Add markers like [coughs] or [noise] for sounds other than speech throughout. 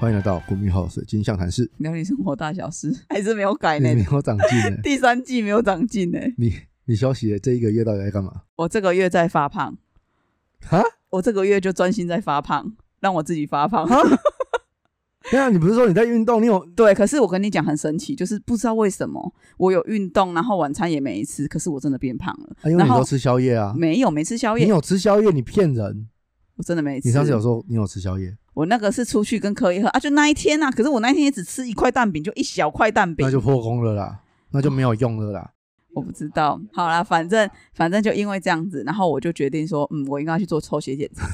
欢迎来到国民号水晶象谈室。哎聊你生活大小事， [laughs] 还是没有改你呢。没有长进呢 [laughs] ，第三季没有长进呢。你你消息这一个月到底在干嘛？我这个月在发胖，哈？我这个月就专心在发胖，让我自己发 [laughs] 胖。对啊，你不是说你在运动？你有对，可是我跟你讲很神奇，就是不知道为什么我有运动，然后晚餐也没吃，可是我真的变胖了。啊因为然你后都吃宵夜啊，没有没吃宵你夜，有吃宵夜，你骗人。我真的没吃。你上次有说你有吃宵夜，我那个是出去跟柯一喝啊，就那一天啊，可是我那一天也只吃一块蛋饼，就一小块蛋饼那，就破功了啦，那就没有用了啦。我不知道。好啦，反正反正就因为这样子，然后我就决定说，嗯，我应该要去做抽血检查，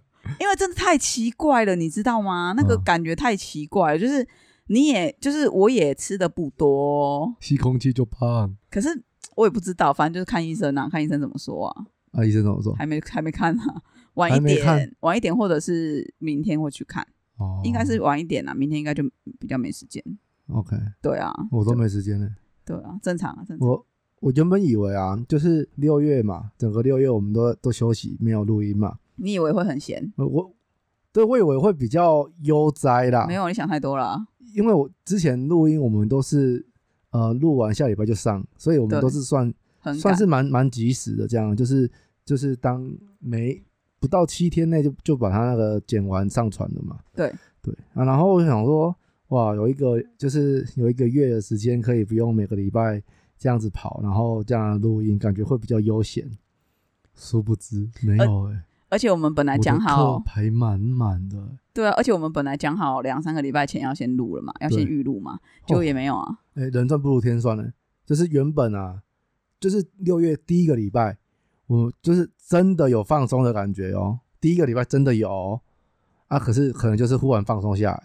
[laughs] 因为真的太奇怪了，你知道吗？那个嗯感觉太奇怪了，就是你也就是我也吃的不多，吸空气就胖可是我也不知道，反正就是看医生啊，看医生怎么说啊，啊！医生怎么说？还没还没看啊，晚一还没看点，晚一点，或者是明天会去看，哦，应该是晚一点啊，明天应该就比较没时间。 OK。对啊，我都没时间呢。对啊，正常啊，正常。我我原本以为啊，就是六月嘛，整个六月我们都都休息，没有录音嘛。你以为会很闲？我我对我以为会比较悠哉啦，没有，你想太多了啊。因为我之前录音，我们都是呃录完下礼拜就上，所以我们对都是算很算赶是蛮蛮及时的，这样就是就是当没不到七天内就就把它那个剪完上传了嘛。对对啊，然后我想说，哇，有一个就是有一个月的时间可以不用每个礼拜这样子跑，然后这样录音，感觉会比较悠闲。殊不知没有哎、而且我们本呃来我的讲课好，排满满的，对啊，而且我们本来讲好两三个礼拜前要先录了嘛，要先对哦预录嘛，结果也没有啊。哎、人算不如天算呢。就是原本啊，就是六月第一个礼拜，我就是真的有放松的感觉哦。第一个礼拜真的有哦、啊，可是可能就是忽然放松下来，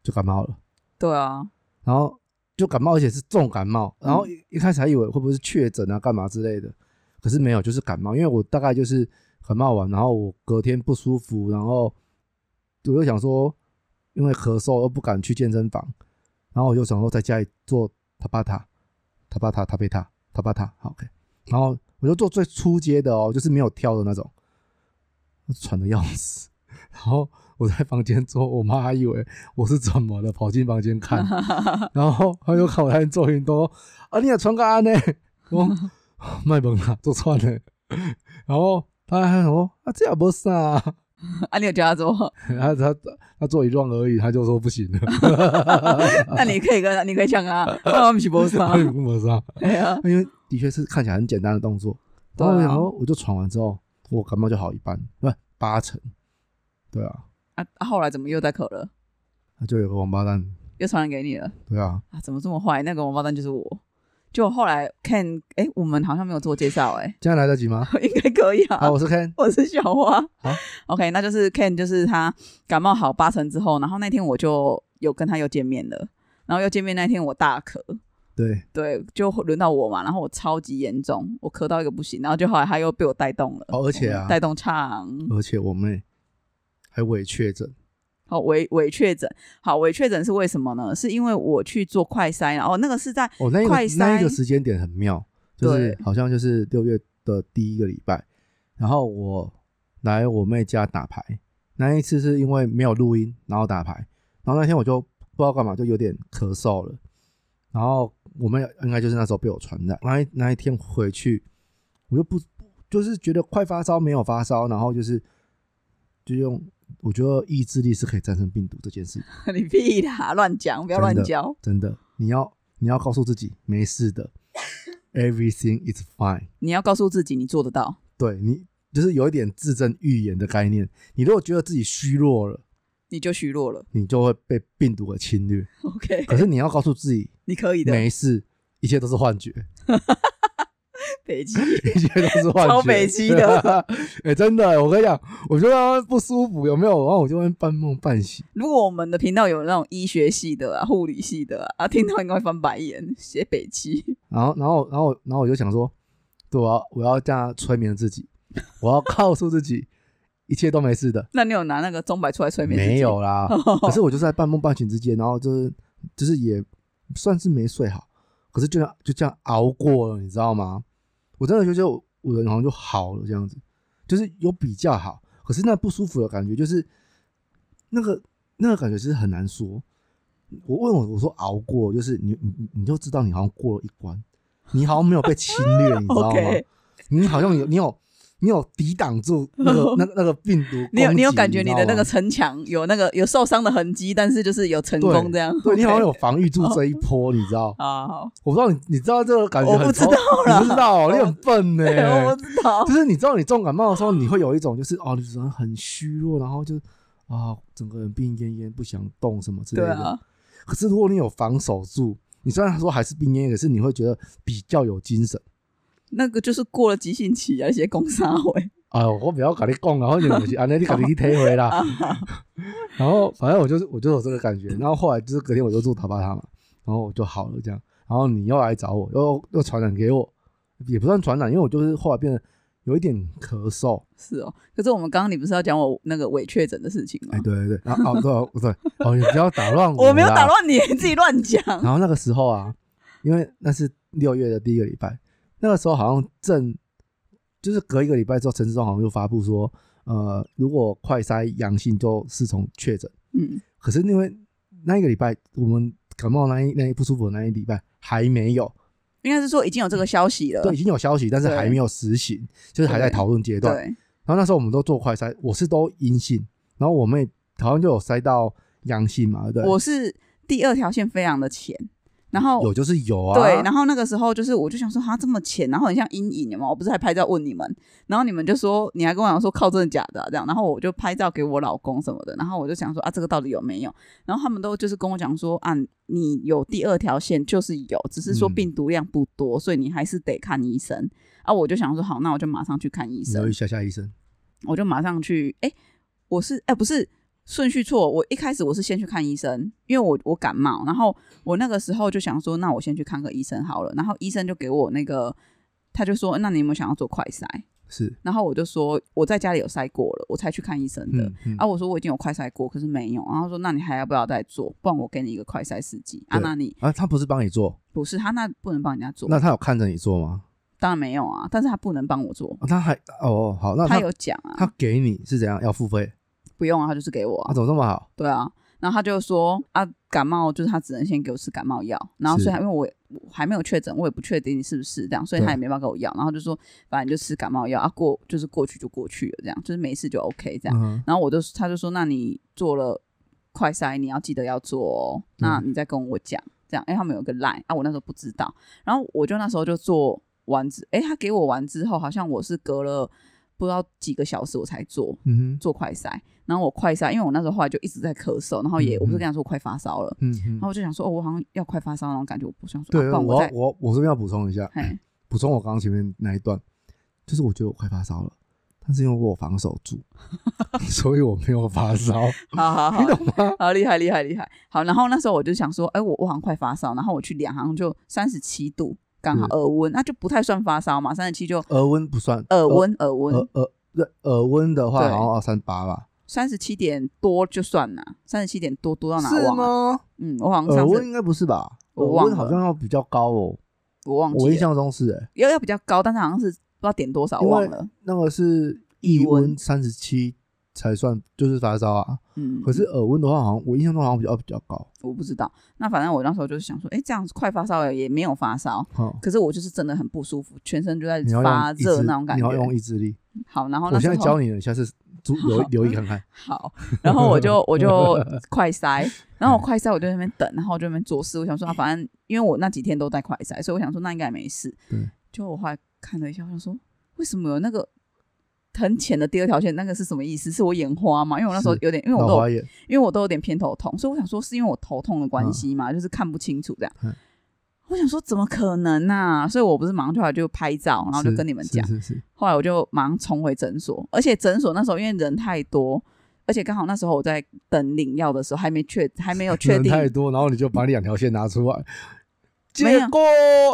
就感冒了，对啊， [laughs] 然后就感冒，而且是重感冒。然后嗯一一开始还以为会不会是确诊啊，干嘛之类的，可是没有，就是感冒。因为我大概就是感冒完，然后我隔天不舒服，然后我又想说，因为咳嗽又不敢去健身房，然后我就想说在家里做塔巴塔、塔巴塔、塔贝塔、塔巴塔，好 OK。然后我就做最初阶的哦，就是没有挑的那种，喘的要死。然后我在房间做，我妈还以为我是怎么了，跑进房间看，然后她又看我在那边做运动，啊，你也穿个 [laughs] 安呢？我说卖萌啦，做串了。然后她还说啊，这也不是啊。啊，你有教他做？ [laughs] 他他他做一 round 而已，他就说不行了，那你可以跟他， [laughs] 你可以讲 [laughs] 啊，那我们是不是啊他？也跟我上， [laughs] 对啊，因为的确是看起来很简单的动作。对然啊后我想说，我就喘完之后，我感冒就好一半，不是八成。对啊，啊，啊后来怎么又在咳了？他就有个王八蛋，又传染给你了对啊，啊？怎么这么坏？那个王八蛋就是我。就后来 Ken，哎、我们好像没有做介绍、诶 [laughs] 现在来得及吗？哎，应该可以啊。好，我是 Ken，我是小花。好 OK，那就是 Ken，就是他感冒好八成之后，然后那天我就有跟他又见面了，然后又见面那天我大咳，对，对，就轮到我嘛，然后我超级严重，我咳到一个不行，然后就后来他又被我带动了，哦而且啊我带动唱，而且我妹还伪确诊，好伪伪确诊，好伪确诊是为什么呢？是因为我去做快筛，然后那个是在 [laughs] 哦，那一个快筛那一个时间点很妙，就是对好像就是六月的第一个礼拜，然后我来我妹家打牌，那一次是因为没有录音，然后打牌，然后那天我就不知道干嘛，就有点咳嗽了，然后我妹应该就是那时候被我传染，那一那一天回去，我就不就是觉得快发烧没有发烧，然后就是就用我觉得意志力是可以战胜病毒这件事你屁啦，乱讲，不要乱教。真的，你要你要告诉自己没事的 [laughs] ，everything is fine 你要告诉自己你做得到，对。你就是有一点自证预言的概念。你如果觉得自己虚弱了，你就虚弱了。你就会被病毒给侵略。 OK， [laughs] 可是你要告诉自己你可以的，没事，一切都是幻觉， [laughs] 北极。一切都是幻觉。超北极 [laughs] 的，哎、真的，我跟你讲，我觉得他们不舒服，有没有？然后我就会半梦半醒。如果我们的频道有那种医学系的啊、护理系的啊，啊听到应该会翻白眼，写北七。然后，然后，然后，然后我就想说，对，我要我要这样催眠自己，我要告诉自己，一切都没事的。 [laughs] 那你有拿那个钟摆出来催眠？，没有，啦 [laughs] 可是我就是在半梦半醒之间，然后就是就是也算是没睡好，可是就这样就这样熬过了，你知道吗？我真的觉得我我人好像就好了这样子，就是有比较好，可是那不舒服的感觉就是那个那个感觉其实很难说。我问我我说熬过，就是你你你你就知道你好像过了一关，你好像没有被侵略，你知道吗 [laughs] OK 你好像有你有你有抵挡住那 [laughs] 个那那个病毒攻击，你有你有感觉你你的那个知城墙有那个有受伤的痕迹，但是就是有成对功这样。道 [laughs] 吗对你好像 OK 哦有防御住这一波，你知道？ [laughs] 啊，好我不知道你你知道这个感觉我很不知抽道啦你不知道哦，你很笨 [laughs] 呢、我不知道就。是你知道你重感冒的时候，你会有一种就是哦，你人很虚弱，然后就啊、整个人病恹恹，不想动什么之类对的。啊，可是如果你有防守住，你虽然说还是病恹恹，可是你会觉得比较有精神。那个就是过了急性期啊，一些攻杀会。哎呦，我不要跟你讲啊，我就是安尼，你赶紧去体会 [laughs] 啦。然后反正我就是我就有这个感觉，然后后来就是隔天我就住塔巴塔嘛，然后我就好了这样。然后你又来找我，又又传染给我，也不算传染，因为我就是后来变得有一点咳嗽，是哦，可是我们刚刚你不是要讲我那个伪确诊的事情吗哎，？对对对，然后哦对哦对哦，也不要打乱 [laughs] 我没有啦打。乱你，你自己 [laughs] 乱讲。然后那个时候啊，因为那是六月的第一个礼拜，那个时候好像正就是隔一个礼拜之后，陈志忠好像又发布说，呃，如果快筛阳性就视同确诊。嗯，可是因为那一个礼拜我们感冒那一那一不舒服的那一礼拜还没有，应该是说已经有这个消息了。对，已经有消息，但是呃对还没有实行，就是还在对讨论阶段。对然后那时候我们都做快筛，我是都阴性，然后我妹好像就有筛到阳性嘛，对不对？我是第二条线非常的浅，然后有就是有啊，对，然后那个时候就是，我就想说他这么浅，然后很像阴影，有吗？我不是还拍照问你们，然后你们就说，你还跟我讲说靠真的假的、啊、这样，然后我就拍照给我老公什么的，然后我就想说啊，这个到底有没有？然后他们都就是跟我讲说啊，你有第二条线就是有，只是说嗯病毒量不多，所以你还是得看医生啊。我就想说好，那我就马上去看医你要生去，吓吓医生，我就马上去，哎、我是哎、不是顺序错，我一开始我是先去看医生，因为我我感冒，然后我那个时候就想说，那我先去看个医生好了，然后医生就给我那个，他就说，那你有没有想要做快筛？是，然后我就说我在家里有筛过了，我才去看医生的。嗯嗯啊，我说我已经有快筛过，可是没有。然后说那你还要不要再做？不然我给你一个快筛试剂。啊，对那你啊，他不是帮你做，不是他那不能帮人家做，那他有看着你做吗？当然没有啊，但是他不能帮我做，啊、他还哦好，那他他有讲啊，他给你是怎样要付费？不用啊，他就是给我啊啊，。怎么这么好？对啊，然后他就说啊，感冒就是他只能先给我吃感冒药，然后是所以他因为我也我还没有确诊，我也不确定是不是这样，所以对他也没办法给我药，然后就说反正就吃感冒药啊，过就是过去就过去了，这样就是没事就 OK 这样。嗯，然后我就他就说，那你做了快筛，你要记得要做哦，那嗯你再跟我讲，这样，因为他们有个 line 啊，我那时候不知道，然后我就那时候就做完之，哎，他给我完之后，好像我是隔了不知道几个小时我才做，嗯做快筛，然后我快筛，因为我那时候后来就一直在咳嗽，然后也、嗯我不是跟他说我快发烧了，嗯嗯然后我就想说哦，我好像要快发烧那种感觉，我不想说，对，啊、不然我要再我我这边要补充一下， [laughs] 嘿，补充我刚刚前面那一段，就是我觉得我快发烧了，但是因为我有防守 [laughs] 住，所以我没有发烧，好 [laughs] 好你好。懂吗？ [laughs] 好厉害厉害厉害！好，然后那时候我就想说，哎、我我好像快发烧，然后我去量，好像就三十七度，刚好是耳温，那就不太算发烧嘛，三十七就耳温不算，耳温耳温耳，耳对耳温的话对好像二三八吧，三十七点多就算啦，三十七点多多到哪是忘了？吗？嗯，我好像耳上温次应该不是吧？我耳忘温好了像要比较高哦，我忘我记印了，象中是哎、要要比较高，但是好像是不知道点多少，因为忘了。那个是腋腋温温三十七才算就是发烧啊。嗯，可是耳温的话，好像我印象中好像比较比较高。我不知道。那反正我那时候就是想说，哎、这样子快发烧了也没有发烧，哈，可是我就是真的很不舒服，全身就在你要哦发用意志热那种感你觉要。用意志力。好，然后我那时现候在教你了，你下次 [laughs] 注留好留意看看。好，然后我 [laughs] 就我就快筛，然嗯后我快筛，我就在那边等，然后我就在那边做事。我想说，啊、反正因为我那几天都在快筛，所以我想说那应该也没事。对，就我后来看了一下，我想说，为什么有那个很浅的第二条线？那个是什么意思？是我眼花吗？因为我那时候是有点，因为我老都有花眼，因为我都有点偏头痛，所以我想说是因为我头痛的关系嘛，就是看不清楚这样。嗯我想说怎么可能呐、所以我不是马上就来就拍照，然后就是跟你们讲。是是是，后来我就马上冲回诊所，而且诊所那时候因为人太多，而且刚好那时候我在等领药的时候还没确还没有确人定，太多，然后你就把两条线拿出来。 [laughs] 没有结果，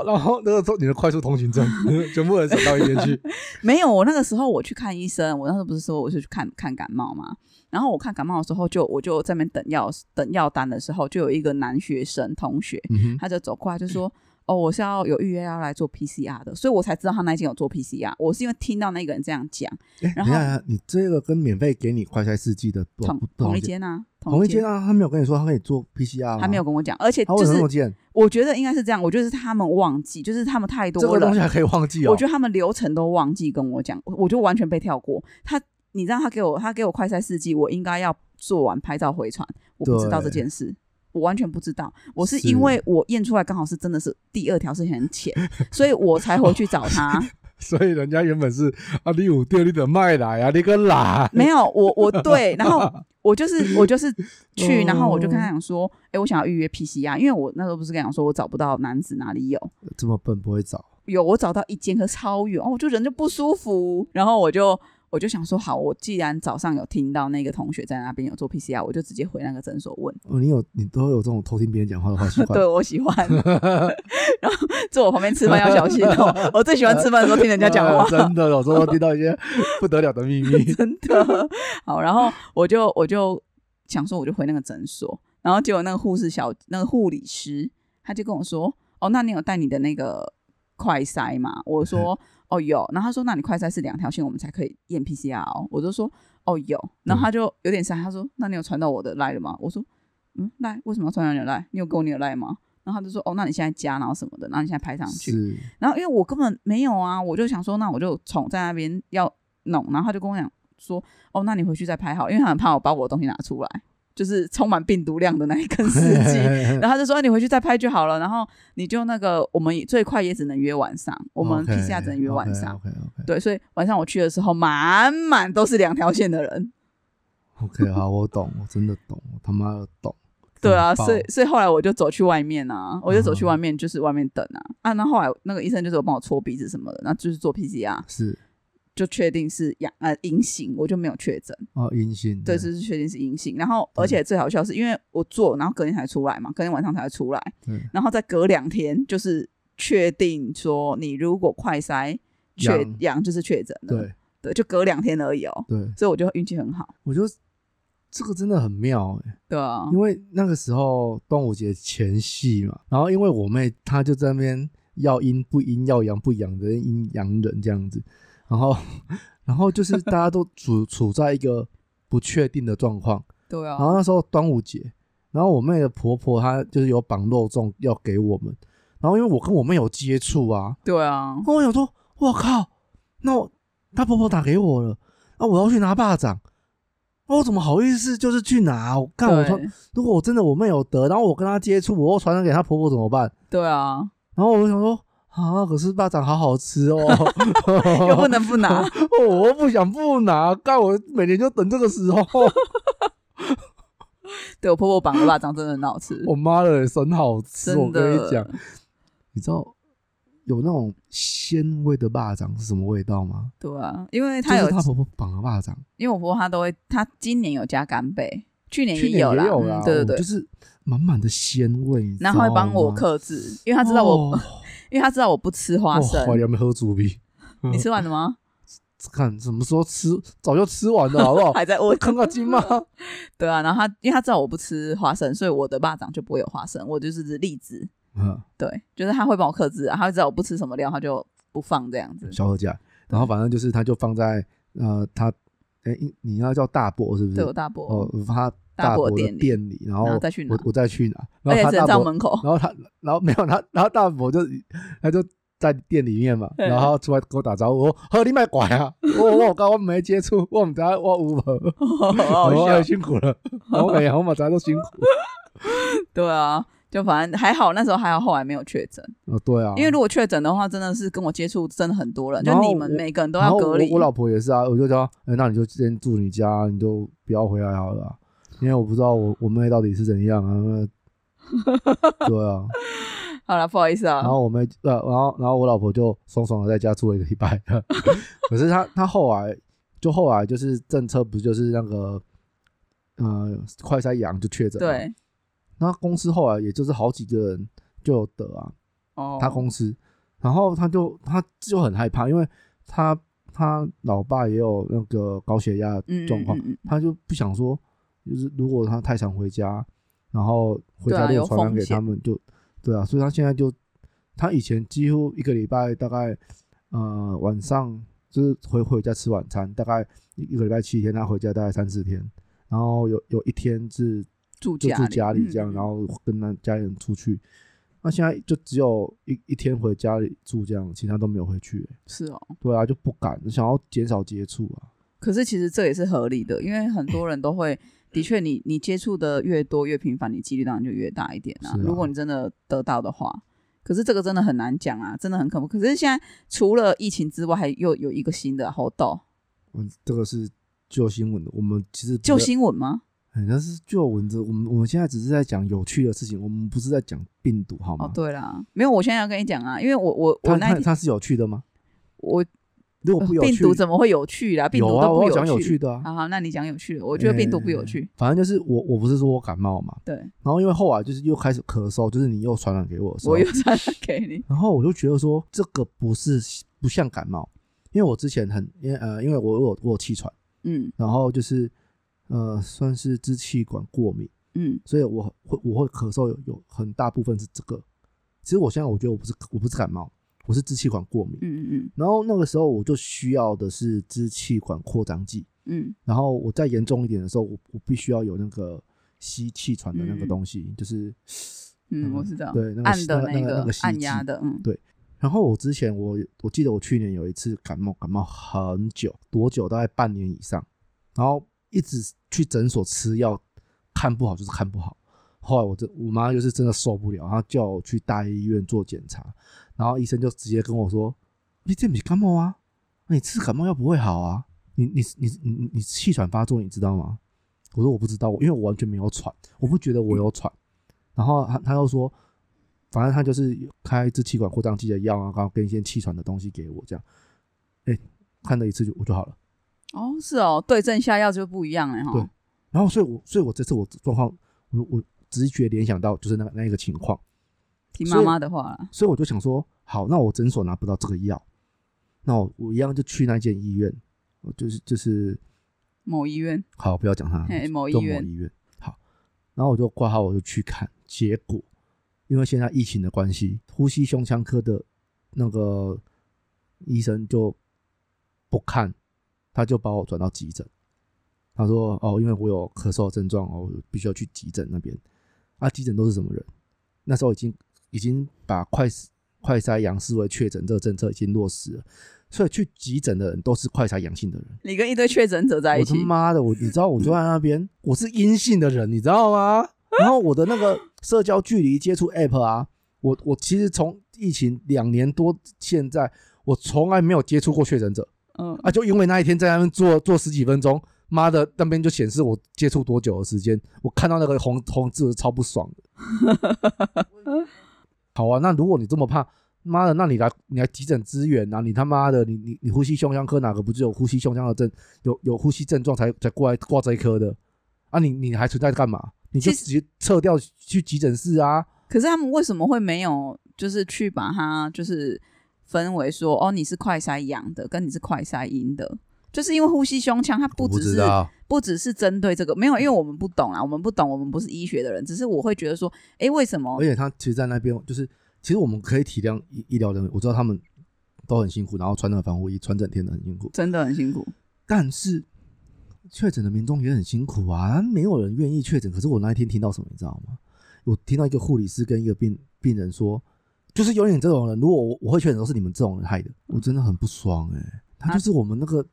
然后那个时候你的快速通行证 [laughs] 全部人闪到一边 [laughs] 去，没有，我那个时候我去看医生，我那时候不是说我是去看看感冒嘛，然后我看感冒的时候就我就在那边等药等药单的时候，就有一个男学生同学，嗯哼，他就走过来就说：“哦，我是要有预约要来做 PCR 的，所以我才知道他那一间有做 PCR。我是因为听到那个人这样讲，哎，然等一下，你这个跟免费给你快筛试剂的不同不同同一间间啊，同一间间啊，他没有跟你说他可以做 PCR 吗？他没有，跟我讲，而且他为就什么是那么贱？我觉得应该是这样，我觉得是他们忘记，就是他们太这多个了东西，还可以忘记哦。我觉得他们流程都忘记跟我讲，我我就完全被跳过。他，你让他给我，他给我快筛试剂，我应该要做完拍照回传，我不知道这对件事。我完全不知道，我是是因为我验出来刚好是真的是第二条是很浅，所以我才回去找他。所以人家原本是啊，你有掉你的麦来啊，你个懒，没有，我我对，然后我就是我就是去，哦然后我就跟他讲说，哎，我想要预约 PCR，因为我那时候不是跟你讲说我找不到男子哪里有，这么笨不会找。有我找到一间，可是超远哦，我就人就不舒服，然后我就我就想说，好，我既然早上有听到那个同学在那边有做 PCR，我就直接回那个诊所问。哦，你有你都有这种偷听别人讲话的坏习惯 [laughs] 对，我喜欢，然后坐我旁边吃饭要小心哦。我最喜欢吃饭的时候听人家讲话。呃， [laughs] 真的有时候听到一些 [laughs] 不得了的秘密 [laughs] 真的。好，然后我就我就想说，我就回那个诊所，然后结果那个护士小那个护理师他就跟我说，哦，那你有带你的那个快筛吗？我说。哦有，然后他说那你快筛是两条线，我们才可以验 PCR 哦。我就说哦有，然后他就有点傻，他说那你有传到我的赖了吗？我说嗯赖为什么要传到你的赖？你有给我你的赖吗？然后他就说哦那你现在加然后什么的，然后你现在拍上去，是，然后因为我根本没有啊，我就想说，那我就宠在那边要弄，然后他就跟我讲说，哦，那你回去再拍好，因为他很怕我把我的东西拿出来，就是充满病毒量的那一根试剂。 [laughs] 然后他就说、哎你回去再拍就好了，然后你就那个，我们也最快也只能约晚上，我们 PCR 只能约晚上。 OK OK 对，所以晚上我去的时候，满满都是两条线的人。 OK，OK，好，我懂，我真的懂，我他妈的懂。对啊，很爆所以所以后来我就走去外面啊，我就走去嗯外面，就是外面等啊啊。那后来那个医生就是有帮我搓鼻子什么的，那就是做 PCR。是就确定是阳呃阴性，我就没有确诊，哦，阴性对，的就是确定是阴性。然后对而且最好笑是因为我做，然后隔天才出来嘛，隔天晚上才会出来，对然后再隔两天就是确定说你如果快筛确阳阳就是确诊了，对对，就隔两天而已哦，对，所以我就运气很好，我觉得这个真的很妙欸对啊因，为那个时候端午节前夕嘛，然后因为我妹她就在那边要阴不阴，要阳不阳的阴阳人这样子，然后 [laughs] 然后就是大家都处处在一个不确定的状况，对然后啊，那时候端午节，然后我妹的婆婆她就是有绑肉粽要给我们，然后因为我跟我妹有接触啊，对啊然，后我想说，我靠，那我她婆婆打给我了，那我要去拿巴掌，那我怎么好意思就是去拿？我看我穿对，如果我真的我妹有得，然后我跟她接触，我又传染给她婆婆怎么办？对啊，然后我就想说啊，可是巴掌好好吃哦， [laughs] 又不能不拿，哦， [laughs] 我不想不拿，但我每年就等这个时候， [laughs] 对我婆婆绑的腊肠真的很好吃，我妈的神好吃，我真跟的你讲，你知道有那种鲜味的巴掌是什么味道吗？对啊，因为就她有是她婆婆绑的巴掌，因为我婆婆她都会，她今年有加干贝，去年去也年也啦，有嗯啦，对对哦对，就是满满的鲜味，你知然后会帮我道吗。克制，因为她知道我，哦因为她知道我不吃花生哦，。怀没喝猪皮，你吃完了吗？？看什么时候吃，早就吃完了，好不好 [laughs] 还在我看到金吗？对啊，然后她因为她知道我不吃花生，所以我的巴掌就不会有花生，我就是只栗子。 [laughs] 嗯，对，就是她会帮我克制啊，她会知道我不吃什么料，她就不放这样子。小何家，然后反正就是他就放在呃他哎、你你要叫大伯是不是对？我大伯，哦，他大伯伯的店里店里，然后然后再去拿我我再去拿，而然且后只他能在大我伯， [laughs] 门口。然后他然后没有他，然后大伯就他就在店里面嘛，嗯然后出来跟我打招呼，我说呵你卖拐啊，我我刚我没接触，我们家我五婆， [laughs] 好好我笑哎辛苦了，我每我们家都辛苦，对啊，就反正还好，那时候还好，后来没有确诊。哦对啊，因为如果确诊的话，真的是跟我接触真的很多人，就然后你们我每个人都然要后隔我离。我老婆也是啊，我就叫她，哎、那你就先住你家，你就不要回来好了啊、因为我不知道我我妹到底是怎样啊。那对 [laughs] 啊，好了，不好意思啊然。后我妹呃，然后然后我老婆就爽爽的在家住了一个 [laughs] 礼拜，可是她她后来就后来就是政策不就是那个呃快筛阳就确诊，，对，那公司后来也就是好几个人就有得啊，哦，他公司，然后他就他就很害怕，因为他他老爸也有那个高血压嗯状况，嗯嗯嗯他就不想说，就是如果他太常回家，然后回对啊家有又传染风给他险们，就对啊，所以他现在就他以前几乎一个礼拜大概呃晚上就是回回家吃晚餐，大概一一个礼拜七天，他回家大概三四天，然后有有一天是住就家住家里嗯这样，嗯然后跟他家人出去。那现在就只有一一天回家里住这样，其他都没有回去、欸是哦。对啊，就不敢想要减少接触啊。可是其实这也是合理的，因为很多人都会，的确你你接触的越多越频繁，你几率当然就越大一点啊。是啊如果你真的得到的话，可是这个真的很难讲啊，真的很可怖。可是现在除了疫情之外，还又有一个新的活动，嗯，这个是旧新闻的，我们其实不旧在新闻吗？哎，那是旧闻子，我们我们现在只是在讲有趣的事情，我们不是在讲病毒，好吗？哦，对啦，没有，我现在要跟你讲啊，因为我我我它那一它天它是有趣的吗？我如果不有病趣，毒怎么会有趣啦？病有毒啊，都我不要讲有趣。趣的啊。哎好好，那你讲有趣的，我觉得病毒不有趣。反正就是我，我不是说我感冒嘛，对，然后因为后来就是又开始咳嗽，就是你又传染给我的时候我，又传染给你。然后我就觉得说这个不是不像感冒，因为我之前很因为呃，因为我我有我有气喘，嗯然后就是呃算是支气管过敏，嗯，所以我会我会咳嗽有有很大部分是这个。其实我现在我觉得我不是我不是感冒，我是支气管过敏。嗯嗯然后那个时候我就需要的是支气管扩张剂，嗯然后我再严重一点的时候，我我必须要有那个吸气喘的那个嗯东西，就是嗯嗯，我知道。对那个按吸的那个那个那个吸按剂压的，嗯，然后我之前我我记得我去年有一次感冒，感冒很久，多久？大概半年以上，然后一直去诊所吃药，看不好就是看不好。后来我这我妈就是真的受不了，然后叫我去大医院做检查，然后医生就直接跟我说：“你这不是感冒啊，你吃感冒药不会好啊，你你你你你你气喘发作，你知道吗？”我说我不知道，因为我完全没有喘，我不觉得我有喘。然后他他又说，反正他就是开支气管扩张剂的药啊，然后跟一些气喘的东西给我这样。哎、看了一次就我就好了。哦，是哦，对症下药就不一样了哈。对然后所以我所以我这次我状况，我我直觉联想到就是那那一个情况，听所妈以妈的话啦。所以我就想说，好，那我诊所拿不到这个药，那我我一样就去那间医院，我就是就是某医院，好，不要讲他， [laughs] 嘿，某医就啊某院，医院。好，然后我就挂号，我就去看，结果因为现在疫情的关系，呼吸胸腔科的那个医生就不看，他就把我转到急诊。他说：“哦，因为我有咳嗽的症状，哦，我必须要去急诊那边。啊，急诊都是什么人？那时候已经已经把快筛快筛阳视为确诊这个政策已经落实了，所以去急诊的人都是快筛阳性的人。你跟一堆确诊者在一我他起，妈的，我你知道我坐在那边，我是阴性的人，你知道吗？然后我的那个社交距离接触 app 啊，我我其实从疫情两年多现在，我从来没有接触过确诊者嗯，啊，就因为那一天在那边坐坐十几分钟，妈的那边就显示我接触多久的时间，我看到那个红红字我超不爽的。好啊，那如果你这么怕。妈的，那你来你来急诊支援啊！你他妈的，你你你呼吸胸腔科哪个不是有呼吸胸腔的症，有有呼吸症状才才过来挂这一科的啊你？你还存在干嘛？你就其实直接撤掉去急诊室啊！可是他们为什么会没有就是去把它就是分为说哦你是快筛阳的，跟你是快筛阴的？就是因为呼吸胸腔，它不只是不只是针对这个，没有，因为我们不懂啊，我们不懂，我们不是医学的人，只是我会觉得说，哎，为什么而？且他其实，在那边就是，其实我们可以体谅医医疗人员，我知道他们都很辛苦，然后穿那个防护衣，穿整天的很辛苦。真的很辛苦，但是确诊的民众也很辛苦啊，没有人愿意确诊。可是我那一天听到什么，你知道吗？我听到一个护理师跟一个病病人说，就是有你这种人，如果我我会确诊，都是你们这种人害的，我真的很不爽哎、他就是我们那个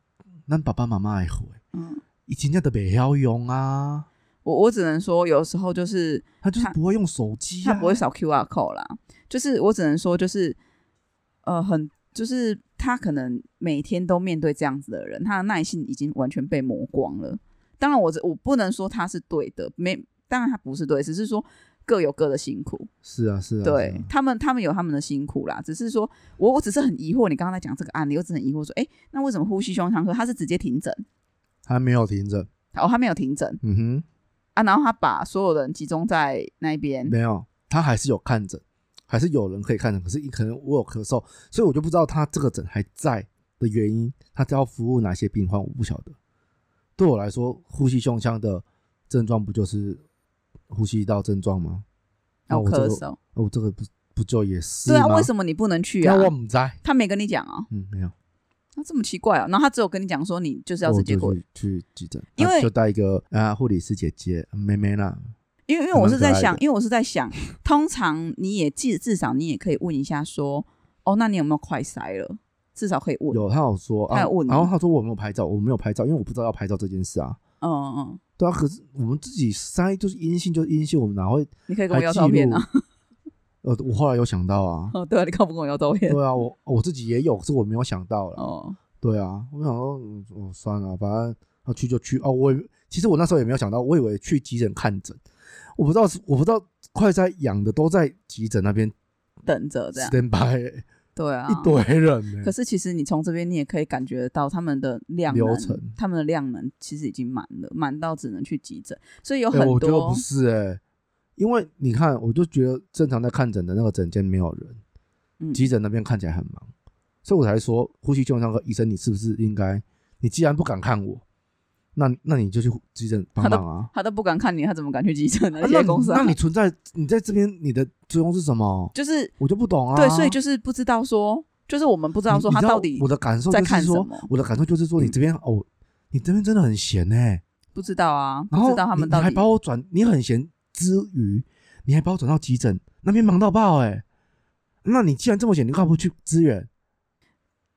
咱爸爸妈妈的祸、欸，嗯，以前家的不要用啊，我我只能说，有时候就是他就是他不会用手机、啊，他不会扫 QR code 啦，就是我只能说，就是呃，很就是他可能每天都面对这样子的人，他的耐性已经完全被磨光了。当然我，这我不能说他是对的，没，当然他不是对，只是说各有各的辛苦。是啊是啊，对是啊他们，他们有他们的辛苦啦。只是说我，我只是很疑惑，你刚刚在讲这个案例，我只是很疑惑说，哎，那为什么呼吸胸腔科他是直接停诊？还没有停着，哦，他没有停诊嗯哼。啊，然后他把所有人集中在那边。没有，他还是有看诊，还是有人可以看诊，可是可能我有咳嗽，所以我就不知道他这个诊还在的原因，他要服务哪些病患，我不晓得。对我来说，呼吸胸腔的症状不就是呼吸道症状吗？那然后哦我这咳个，嗽，那我这个不不就也是对啊，为么？什么你不能去啊那？我不在，他没跟你讲哦。嗯，没有，那、这么奇怪啊？然后他只有跟你讲说你就是要我直哦就接过，去去急诊，因啊为就带一个啊护理师姐姐嗯妹妹啦，因为因为还我蛮是在可爱想，的因为我是在想，通常你也至至少你也可以问一下说，哦，那你有没有快筛了？至少可以问，有他有说他啊有问，你然后他说我没有拍照，我没有拍照，因为我不知道要拍照这件事啊。嗯嗯嗯，对啊，可是我们自己塞就是阴性就是阴性，我们哪会你可以还跟我要记照片录啊。？，[laughs] 呃，我后来有想到啊 [laughs] 哦，对啊，你靠不跟我要照片？对啊，我我自己也有，可是我没有想到了。哦，对啊，我想说，嗯，哦算了，反正要去就去哦。我也其实我那时候也没有想到，我以为去急诊看诊，我不知道是，我不知道快筛养的都在急诊那边等着哦这样， stand by，、对啊，一堆人、可欸。是其实你从这边你也可以感觉得到他们的量流能程他们的量能其实已经满了，满到只能去急诊，所以有哎、很我觉得多不是哎、因为你看，我就觉得正常在看诊的那个诊间没有人，嗯急诊那边看起来很忙，所以我才说呼吸救伤科医生，你是不是应该，你既然不敢看我，那那你就去急诊帮他都忙啊。他都不敢看你，他怎么敢去急诊呢？啊些公司那你那你存在你在这边你的作用是什么？就是我就不懂啊。对，所以就是不知道说，就是我们不知知道说他到底我的感受在就看是什说，么，嗯我的感受就是说，你这边、哦，你这边真的很闲哎、不知道啊，然不后知道他们你到你还底把我转，你很闲之余，你还把我转到急诊那边忙到爆哎、那你既然这么闲，你干嘛不去支援？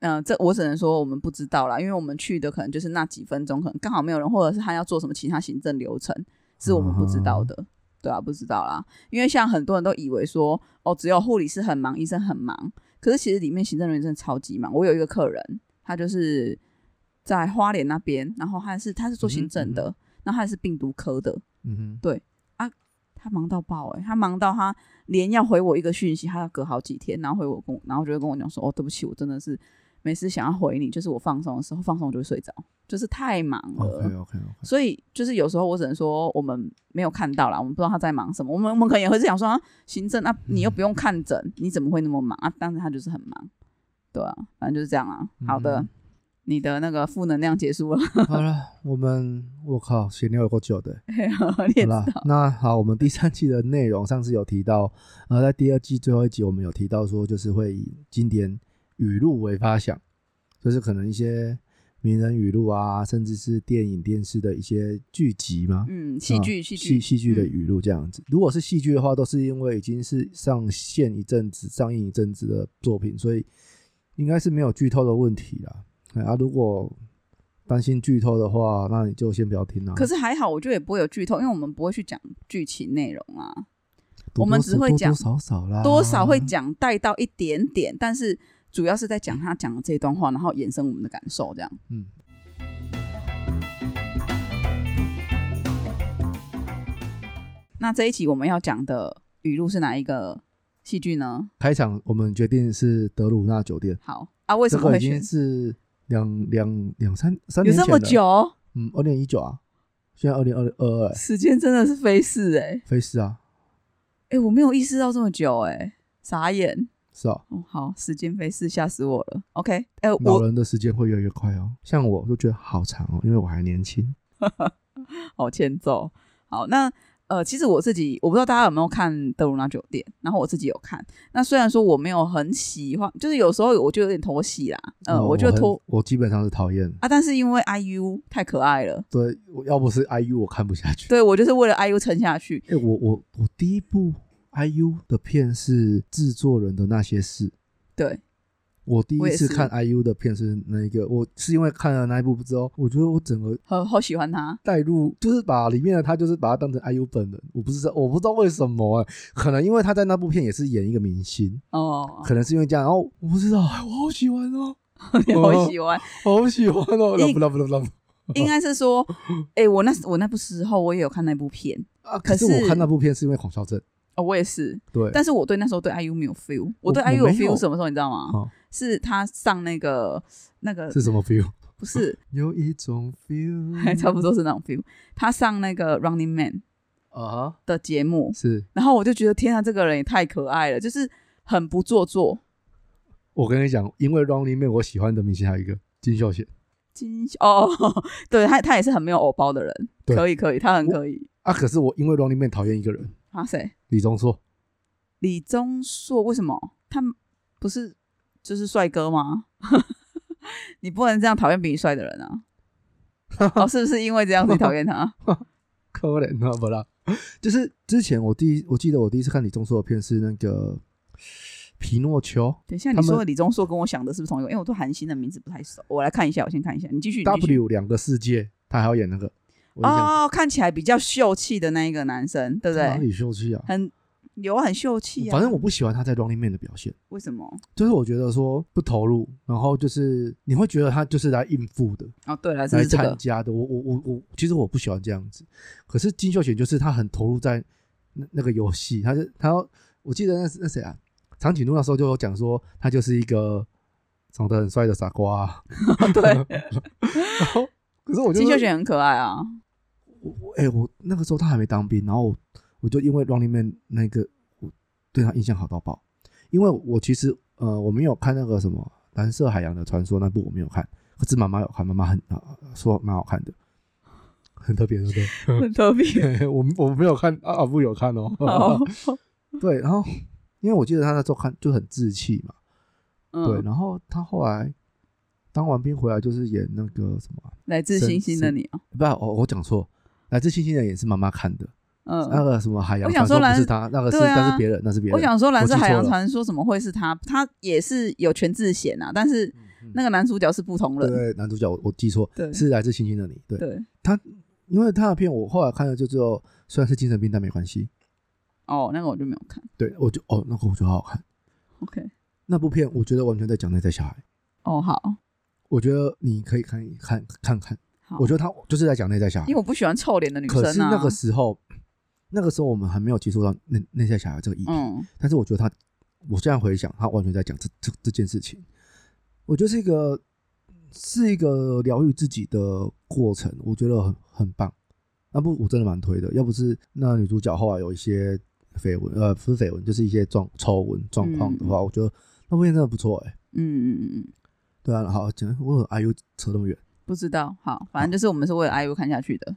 嗯、这我只能说我们不知道啦，因为我们去的可能就是那几分钟，可能刚好没有人，或者是他要做什么其他行政流程，是我们不知道的。对啊，不知道啦，因为像很多人都以为说，哦，只有护理师很忙，医生很忙，可是其实里面行政人员真的超级忙。我有一个客人，他就是在花莲那边，然后他是他是做行政的，然后他是病毒科的，嗯哼，他忙到爆哎、欸，他忙到他连要回我一个讯息，他要隔好几天，然后回我跟我，然后就会跟我讲说，哦，对不起，我真的是没事想要回你，就是我放松的时候，放松我就会睡着，就是太忙了。 OK OK OK，所以就是有时候我只能说我们没有看到啦，我们不知道他在忙什么。我们我们可能也会是想说，啊、行政啊，你又不用看诊，你怎么会那么忙啊？但是他就是很忙，对啊，反正就是这样啊。好的，嗯你的那个负能量结束了， [laughs] 好了，我们我靠，闲聊有够久的欸、你 [laughs] 也知好道啦，那好，我们第三季的内容，上次有提到，呃，在第二季最后一集，我们有提到说，就是会以经典语录为发想，就是可能一些名人语录啊，甚至是电影、电视的一些剧集嘛，嗯，戏啊剧戏戏剧戏剧的嗯语录这样子。如果是戏剧的话，都是因为已经是上线一阵子、上映一阵子的作品，所以应该是没有剧透的问题啦。哎啊，如果担心剧透的话，那你就先不要听啦。可是还好，我觉得也不会有剧透，因为我们不会去讲剧情内容啊，多我们多只少会多讲多少少啦，多少会讲带到一点点，但是主要是在讲他讲的这段话，然后延伸我们的感受，这样。嗯。那这一集我们要讲的语录是哪一个戏剧呢？开场我们决定是德鲁纳酒店，好啊，为这什么个会已经选？是两两两三三有年这前么了，久，嗯，二零一九啊，现在二零二二二，时间真的是飞逝哎、欸、飞逝啊，哎、我没有意识到这么久哎、傻眼是哦，哦。好，时间飞逝，吓死我了。OK，哎、老我人的时间会越来越快哦，像我就觉得好长哦，因为我还年轻，好哦欠揍。好，那呃，其实我自己我不知道大家有没有看《德鲁纳酒店》，然后我自己有看。那虽然说我没有很喜欢，就是有时候我就有点拖戏啦，呃，哦我就很拖我基本上是讨厌，啊，但是因为 IU 太可爱了，对，我要不是 IU 我看不下去，对我就是为了 IU 撑下去。哎，我我我第一部 IU 的片是制作人的那些事。对，我第我一也次是看 IU 的片是那一个，我是因为看了那一部之后，我觉得我整个好好喜欢他。带入，就是把里面的他就是把他当成 IU 本人，我不知道我不知道为什么、欸，可能因为他在那部片也是演一个明星， [laughs] 哦， [laughs] 可能是因为这样，然后我不知道，哎我好喜欢哦，你好喜欢，好喜欢哦，一不啦不啦不啦应该是说，哎、我那我那部时候我也有看那部片啊！可可是是我看那部片是因为孔孝正，哦，我也是，对，但是我对那时候对 IU 没有 feel，我我对我 IU 有没有 feel 什么时候你知道吗？哦是他上那个那个是什么 feel？不是有一种 feel，还 [laughs] 差不多是那种 feel。他上那个 Running Man 啊哈，的节目，是然后我就觉得天啊，这个人也太可爱了，就是很不做作。我跟你讲，因为 Running Man 我喜欢的明星还有一个金秀贤金哦， [laughs] 对他他也是很没有偶包的人，对可以可以，他很我可以。啊，可是我因为 Running Man 讨厌一个人，啊谁？李钟硕，李钟硕为什么？他不是就是帅哥吗？ [laughs] 你不能这样讨厌比你帅的 [laughs] 人啊！哦，是不是因为这样你讨厌他？可怜啊，不啦，就是之前我第一，我记得我第一次看李钟硕的片是那个《皮诺丘》，等一下，他们你说的李钟硕跟我想的是不是同一个？因为我对韩星的名字不太熟，我来看一下，我先看一下，你继续。你继续 W 两个世界，他还要演那个，我印象哦，看起来比较秀气的那一个男生，对不哪对？里秀气啊？很有啊很秀气啊。反正我不喜欢他在 Running Man 的表现，为什么？就是我觉得说不投入，然后就是你会觉得他就是来应付的，哦，对了，这来是这参个加的。我我我我，其实我不喜欢这样子。可是金秀贤就是他很投入在那那个游戏，他是他要，我记得那是那谁啊，长颈鹿那时候就有讲说他就是一个长得很帅的傻瓜、啊。 [laughs] 对。然后，可是我就金秀是贤很可爱啊。我我哎、我那个时候他还没当兵，然后我我就因为 Running Man 那个，我对他印象好到爆。因为我其实呃我没有看那个什么《蓝色海洋的传说》那部我没有看，可是妈妈有看，妈妈很、啊、说蛮好看的，很特别，对不 [laughs] [laughs] 对？很特别。我我没有看啊，阿布有看哦。好， [laughs] 对，然后因为我记得他那时候看就很志气嘛，对，嗯，然后他后来当完兵回来就是演那个什么啊，来自星星的你哦，不，我我讲错，来自星星的也是妈妈看的，那嗯，个什么海洋我想传说说不蓝是他，那个是对啊那是别人，那是别人。我想说《蓝色海我洋记错传说》怎么会是他？他也是有全智贤啊，但是嗯那个男主角是不同人。对，男主角我我记错，对是来自星星的你，对，对，因为他的片我后来看了就只有虽然是精神病但没关系，哦，那个我就没有看。对我就哦那个我觉得好好看， OK，那部片我觉得完全在讲内在小孩。哦，好，我觉得你可以看一看看看，好我觉得他就是在讲内在小孩因为，我不喜欢臭脸的女生可啊。是那个时候，那个时候我们还没有接触到内内在小孩这个议题，嗯，但是我觉得他，我现在回想，他完全在讲这这这件事情，我觉得是一个是一个疗愈自己的过程，我觉得很很棒。那部我真的蛮推的，要不是那女主角后来有一些绯闻，呃，不是绯闻，就是一些状丑闻状况的话，我觉得那部片真的不错哎、嗯嗯嗯嗯，对啊，然后讲我哎呦扯那么远。不知道。好，反正就是我们是为了 IU 看下去的。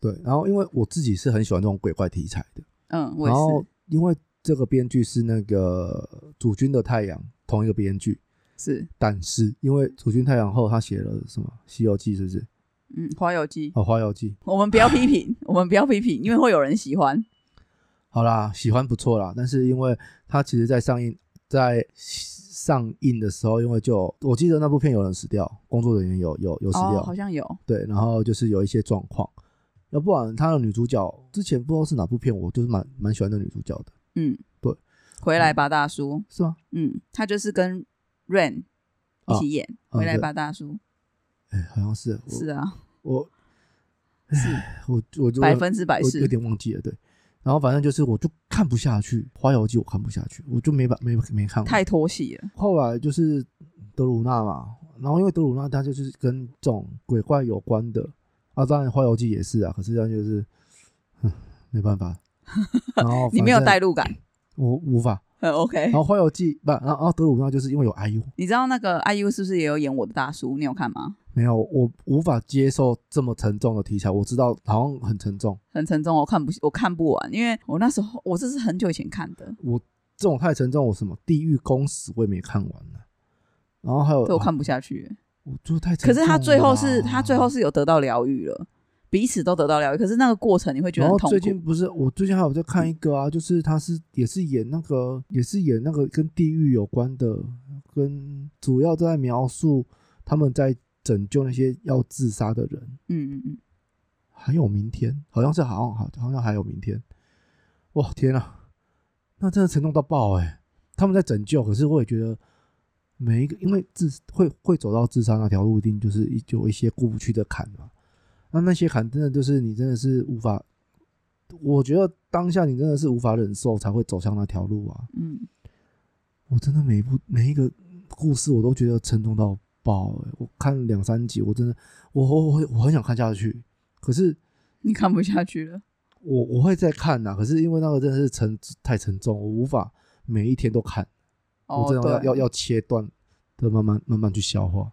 对，然后因为我自己是很喜欢这种鬼怪题材的，嗯，我然也后是。因为这个编剧是那个《主君的太阳》同一个编剧，是，但是因为《主君太阳》后他写了什么《西游记》是不是？嗯，《花游记》哦，《花游记》我们不要批评，我们不要批评，因为会有人喜欢。好啦，喜欢不错啦，但是因为他其实在上映在上映的时候，因为就有我记得那部片有人死掉，工作人员有有有死哦掉，，好像有。对，然后就是有一些状况，要不然他的女主角之前不知道是哪部片，我就是蛮蛮喜欢那女主角的，嗯，对。回嗯来吧，大叔。是吗？嗯，他就是跟 Rain 一起演《啊回来吧，大叔》哎，好像是我是 [laughs] 啊，我是我我就百分之百我有是。点忘记了，对。然后反正就是，我就看不下去《花游记》，我看不下去，我就没把没没看完。太拖戏了，后来就是德鲁纳嘛，然后因为德鲁纳他就是跟这种鬼怪有关的啊，当然《花游记》也是啊，可是这样就是， [laughs] 哼，没办 [laughs] 法。然后你没有反正带入感，我无法。很 OK 然。后《花游记》不，然后然后德鲁纳就是因为有 IU，你知道那个 IU 是不是也有演我的大叔？你有看吗？没有我无法接受这么沉重的题材，我知道好像很沉重。很沉重，我看不我看不完，因为我那时候我这是很久以前看的，这种太沉重，我什么《地狱公使》我也没看完呢、然后还有啊所以我看不下去。我就太沉可重是他最后是了啦他最后是有得到疗愈了，彼此都得到疗愈，可是那个过程你会觉得然后很痛最苦近。不是我最近还有在看一个啊，就是他是也是演那个也是演那个跟地狱有关的，跟主要都在描述他们在拯救那些要自杀的人。嗯嗯嗯，还有明天，好像是好像好好像还有明天。哇天啊，那真的沉重到爆哎、他们在拯救，可是我也觉得每一个，因为自会会走到自杀那条路，一定就是一有一些过不去的坎嘛。那那些坎真的就是你真的是无法，我觉得当下你真的是无法忍受，才会走向那条路啊。嗯，我真的每一部每一个故事我都觉得沉重到爆哎、我看两三集，我真的我我我我很想看下去，可是你看不下去了。我我会再看呐、可是因为那个真的是沉太沉重，我无法每一天都看，哦我，真的对，要要要切断的，慢慢慢慢去消化。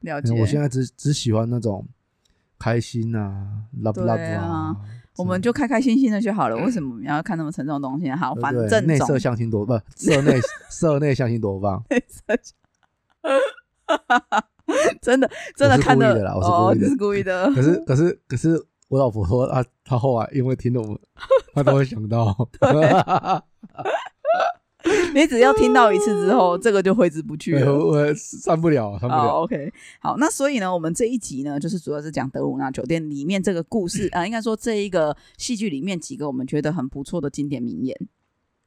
了因解。为我现在只只喜欢那种开心啊，love 对 love 啊这种我们就开开心心的 [clears throat] 就好了。为什么我们要看那么沉重的东西呢？啊好，对反对正内总射相 [laughs] 亲多不社内社内相亲多棒，内射 [laughs] 真的真我是故意看的的啦我是哦，故意的你是故意的， [laughs] 可是可是可是我老婆说啊，她后来因为听了我们，她都会想到，你只要听到一次之后，这个就挥之不去 [laughs] 对了。我我上不了，上不了。哦、o k 好，那所以呢，我们这一集呢，就是主要是讲德鲁纳酒店里面这个故事 [coughs] 啊、呃应该说这一个戏剧里面几个我们觉得很不错的经典名言，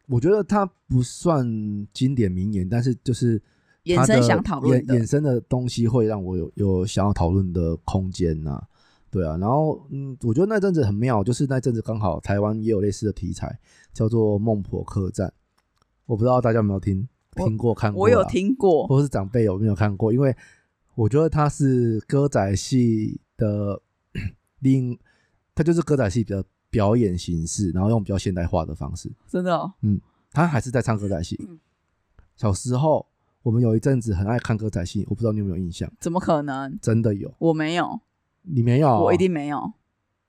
我觉得它不算经典名言，但是就是衍它生的想讨论衍的衍生的东西会让我有有想要讨论的空间呐、对啊，然后嗯，我觉得那阵子很妙，就是那阵子刚好台湾也有类似的题材，叫做《孟婆客栈》，我不知道大家有没有听我听过看过，我有，听过，或是长辈有没有看过？因为我觉得它是歌仔戏的 [clears throat] 另，它就是歌仔戏的表演形式，然后用比较现代化的方式。真的、哦，他还是在唱歌仔戏。嗯小时候我们有一阵子很爱看歌仔戏，我不知道你有没有印象？怎么可能？真的有，我没有，你没有啊？我一定没有，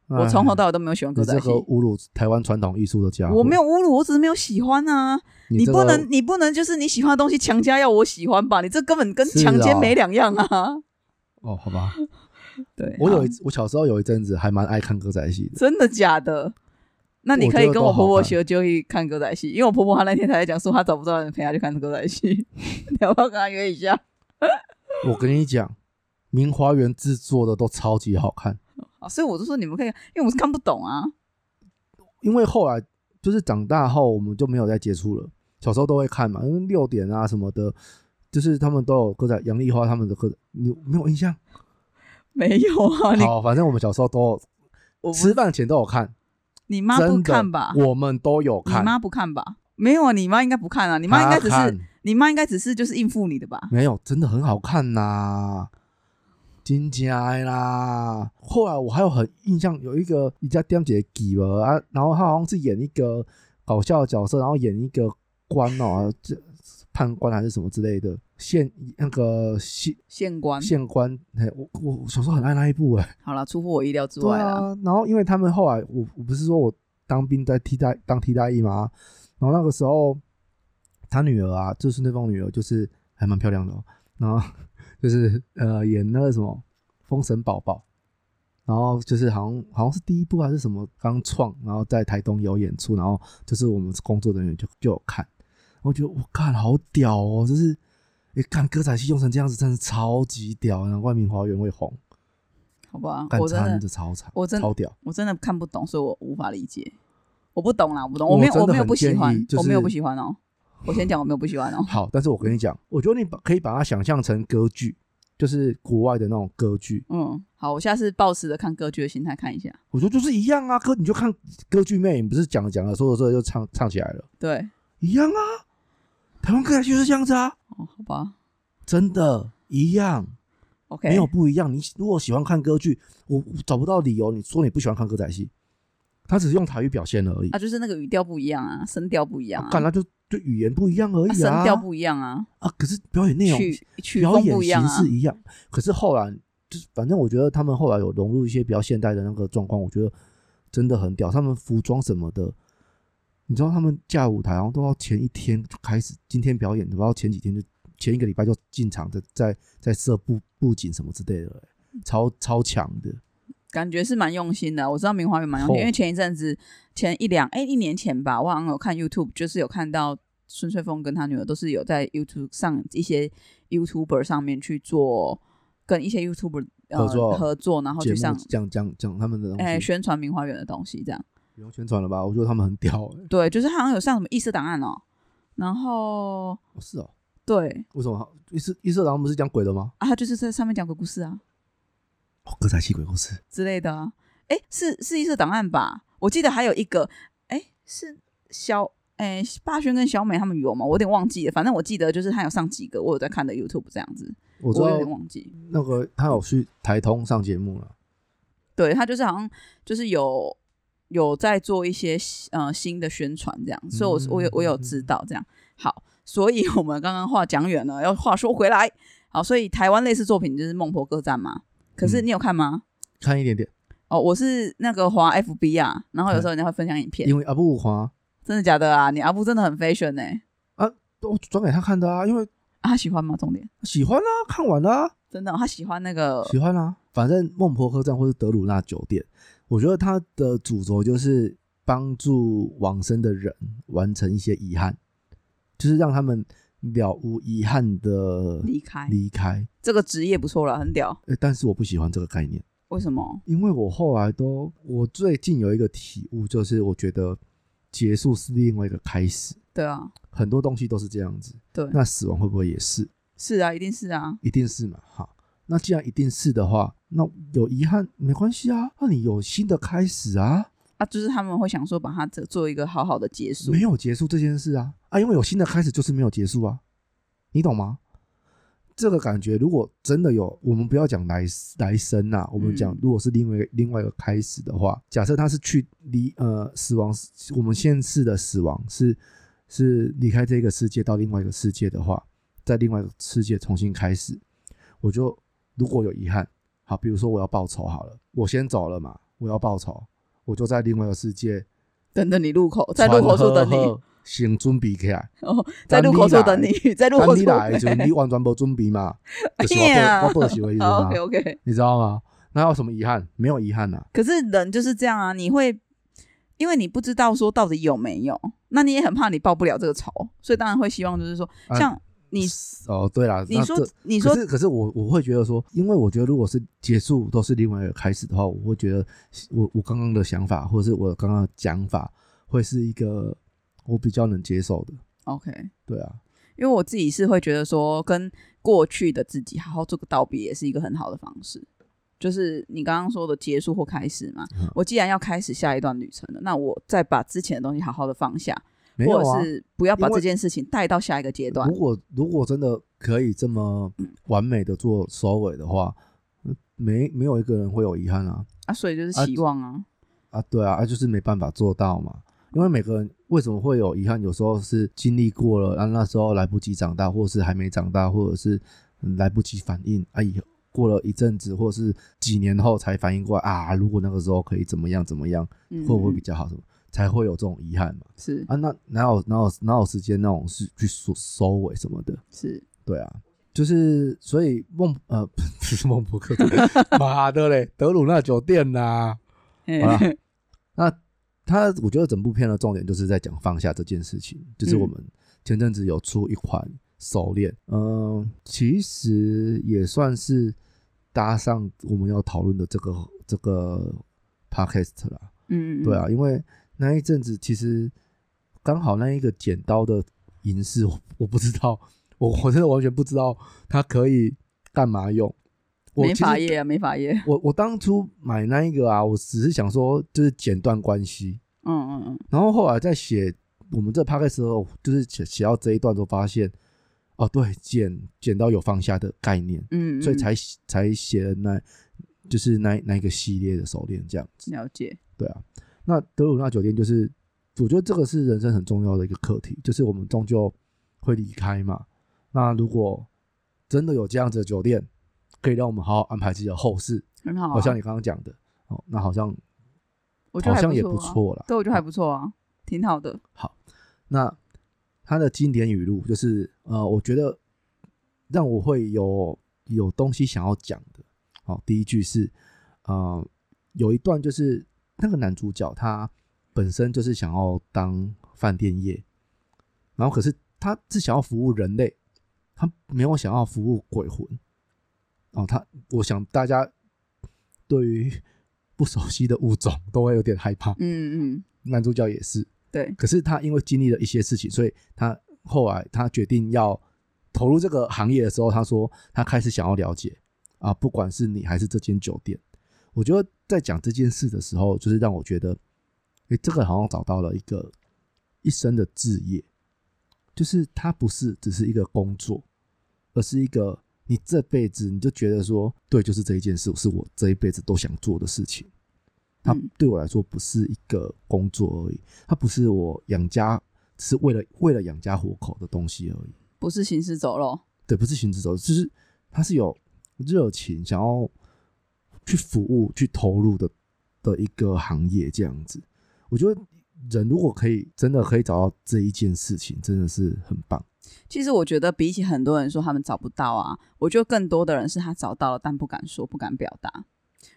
哎，我从头到尾都没有喜欢歌你仔这戏个。侮辱台湾传统艺术的家伙，啊我没有侮辱，我只是没有喜欢啊！你你这不个能，你不能就是你喜欢的东西强加要我喜欢吧？你这根本跟是强奸哦没两样啊！哦，好吧。 [laughs] 对，我有好一我小时候有一阵子还蛮爱看歌仔戏的，真的假的？那你我可觉以得跟都我婆好婆看学，就会看歌仔戏，因为我婆婆她那天她在讲说她找不到人陪她去看歌仔 [laughs] 戏，你要不要跟她约一下？我跟你讲，明华园制作的都超级好看，啊，所以我就说你们可以，因为我是看不懂啊。因为后来就是长大后我们就没有再接触了，小时候都会看嘛，因为六点啊什么的，就是他们都有歌仔杨丽花他们的歌仔，你没有印象？没有啊，你好，反正我们小时候都我不吃饭前都有看，你妈不真的看吧？我们都有你看。妈不看吧？没有啊，你妈应该不看啊，你妈应该只她是看你妈应该只是就是应付你的吧？没有，真的很好看呐、真假的啦。后来我还有很印象，有一个一家店姐给了啊，然后她好像是演一个搞笑的角色，然后演一个官哦，啊这判官还是什么之类的，县那个县县官，县官。哎，我我我小时候很爱那一部哎、好了，出乎我意料之对外了。啊，然后因为他们后来，我我不是说我当兵在替代当替代役嘛，然后那个时候他女儿啊，就是那封女儿，就是还蛮漂亮的、哦，然后就是呃演那个什么《封神宝宝》，然后就是呃好像好像是第一部还是什么刚创，然后在台东有演出，然后就是我们工作人员就就有看，我觉得我看好屌哦，就是。你看歌仔戏用成这样子，真是超级屌！难怪明华园会红，好吧，干我真真的的超长，我真超屌。我真的看不懂，所以我无法理解。我不懂啦，我不懂，我没有，真我的没有很不喜建欢议，就我没有是不喜欢哦。我先讲，我没有不喜欢哦。 [laughs] 好，但是我跟你讲，我觉得你把可以把它想象成歌剧，就是国外的那种歌剧。嗯，好，我下次抱持着看歌剧的心态看一下。我觉得就是一样啊，歌你就看歌剧魅影，不是讲着讲着说着说着就唱唱起来了，对，一样啊。台湾歌仔戏就是这样子啊，哦，好吧真的，一样， ，OK，没有不一样。你如果喜欢看歌剧，我我找不到理由你说你不喜欢看歌仔戏，他只是用台语表现而已啊，，就是那个语调不一样啊，声调不一样啊，干他就就语言不一样而啊已声啊，调不一样啊，啊，可是表演内容曲曲表风演不一样形啊式，一样，可是后来就是反正我觉得他们后来有融入一些比较现代的那个状况，我觉得真的很屌。他们服装什么的，你知道他们架舞台好像都要前一天就开始，今天表演，然后前几天就前一个礼拜就进场的，在在设布布景什么之类的、嗯超超强的。感觉是蛮用心的。我知道明华园蛮用心，哦因为前一阵子前一两哎一年前吧，我好像有看 YouTube，就是有看到孙翠凤跟她女儿都是有在 YouTube 上一些 YouTuber 上面去做跟一些 YouTuber 呃合作合作，然后节去目上讲讲讲他们的东哎西，宣传明华园的东西这样。不用宣传了吧？我觉得他们很屌、欸对，就是好像有上什么异色档案哦，然后哦是哦，对为什么？一色一色狼不是讲鬼的吗？啊，他就是在上面讲鬼故事啊哦，歌仔戏鬼故事，之类的啊，哎，是是异色档案吧？我记得还有一个，哎，是小哎霸轩跟小美他们有吗？我有点忘记了，反正我记得就是他有上几个，我有在看的 YouTube 这样子，我我知道有点忘记。那个他有去台通上节目了。对他就是好像就是有有在做一些呃新的宣传这样，所以我是嗯我有我有知道这样。好，所以我们刚刚话讲远了，要话说回来，好，所以台湾类似作品就是《孟婆歌战》嘛。可是嗯你有看吗？看一点点，哦，我是那个滑 FB 啊，然后有时候人家会分享影片，因为阿布华真的假的啊？你阿布真的很 fashion 呢、都转给他看的啊，因为啊，他喜欢吗？重点喜欢啊，看完啦、真的哦、他喜欢那个喜欢啊，反正孟婆客栈或是德鲁纳酒店，我觉得它的主轴就是帮助往生的人完成一些遗憾，就是让他们了无遗憾的离开，离开。这个职业不错了，很屌。呃但是我不喜欢这个概念，为什么？因为我后来都，我最近有一个体悟，就是我觉得结束是另外一个开始，对啊，很多东西都是这样子。对，那死亡会不会也是？是啊，一定是啊，一定是嘛，好，那既然一定是的话，那有遗憾没关系啊，那你有新的开始啊，啊，就是他们会想说把它这做一个好好的结束没。有结束这件事啊，啊，因为有新的开始就是没有结束啊，你懂吗？这个感觉，如果真的有，我们不要讲来来生呐、我们讲嗯如果是另外一个另外一个开始的话，假设他是去离呃死亡，我们现世的死亡是是离开这个世界到另外一个世界的话，在另外一个世界重新开始，我就如果有遗憾，好，比如说我要报仇好了，我先走了嘛，我要报仇，我就在另外一个世界等等你入口，在入口处等你，船好好，先准备起来。哦， [laughs] 在入口处等你， [laughs] 在入当口你处。来的时候，你完全没准备嘛， [laughs] 就是 [laughs] 哎呀哦我我报喜为意思好嘛， ，OK OK。你知道吗？那有什么遗憾？没有遗憾啊呐、可是人就是这样啊，你会因为你不知道说到底有没有，那你也很怕你报不了这个仇，所以当然会希望就是说，啊像你、哦，对啦，你那说这你可说是可是我我会觉得说，因为我觉得如果是结束都是另外一个开始的话，我会觉得我我刚刚的想法或者是我刚刚的讲法会是一个我比较能接受的， OK，对啊，因为我自己是会觉得说，跟过去的自己好好做个道别，也是一个很好的方式。就是你刚刚说的结束或开始嘛，嗯我既然要开始下一段旅程了，那我再把之前的东西好好的放下，没有或啊者。是不要把因为这件事情带到下一个阶段如。果如果真的可以这 [clears throat] 么完美的做收尾的话，嗯没没有一个人会有遗憾啊啊，所以就是啊希望啊，啊，对啊，啊就是没办法做到嘛。因为每个人为什么会有遗憾，有时候是经历过了，然后那时候来不及长大，或者是还没长大，或者是嗯来不及反应啊，以后过了一阵子，或者是几年后才反应过来啊，如果那个时候可以怎么样怎么样，嗯，会不会比较好什么，才会有这种遗憾嘛？是啊，那哪有哪有哪有时间那种事去收收尾什么的？是对啊，就是所以孟呃 [laughs] 不是孟婆客栈，妈的嘞，德鲁纳酒店呐、嗯好啦那他我觉得整部片的重点就是在讲放下这件事情，就是我们前阵子有出一款手链，嗯、其实也算是搭上我们要讨论的这个这个 podcast 啦。嗯，嗯对，啊，因为那一阵子其实刚好那一个剪刀的银饰，我我不知道，我我真的完全不知道它可以干嘛用。我美其实发业啊，美发业，我我当初买那一个啊，我只是想说就是剪断关系，嗯嗯嗯，然后后来在写我们这 p a c k 时候，就是写写到这一段之后发现，哦，对，剪剪刀有放下的概念，嗯，嗯所以才才写了那，就是那那一个系列的手链这样。嗯了解，对啊，那德鲁纳酒店就是，我觉得这个是人生很重要的一个课题，就是我们终究会离开嘛。那如果真的有这样子的酒店，可以让我们好好安排自己的后事，很好啊，好像你刚刚讲的，哦，那好像我觉好得像还也不啊，错啦。对，我觉得还不错啊，挺好的，好，那他的经典语录就是，呃，我觉得让我会有有东西想要讲的。好、第一句是，呃，有一段就是那个男主角他本身就是想要当饭店业，然后可是他是想要服务人类，他没有想要服务鬼魂。哦，他我想大家对于不熟悉的物种都会有点害怕，嗯嗯，男主角也是。对，可是他因为经历了一些事情，所以他后来他决定要投入这个行业的时候，他说他开始想要了解啊，不管是你还是这间酒店，我觉得在讲这件事的时候，就是让我觉得，诶，这个好像找到了一个一生的置业，就是它不是只是一个工作，而是一个你这辈子你就觉得说，对，就是这一件事是我这一辈子都想做的事情。它嗯对我来说不是一个工作而已，它不是我养家，只是为了为了养家糊口的东西而已。不是行尸走肉，对，不是行尸走肉，就是它是有热情想要去服务、去投入的的一个行业这样子。我觉得人如果可以真的可以找到这一件事情，真的是很棒。其实我觉得比起很多人说他们找不到啊，我觉得更多的人是他找到了，但不敢说，不敢表达。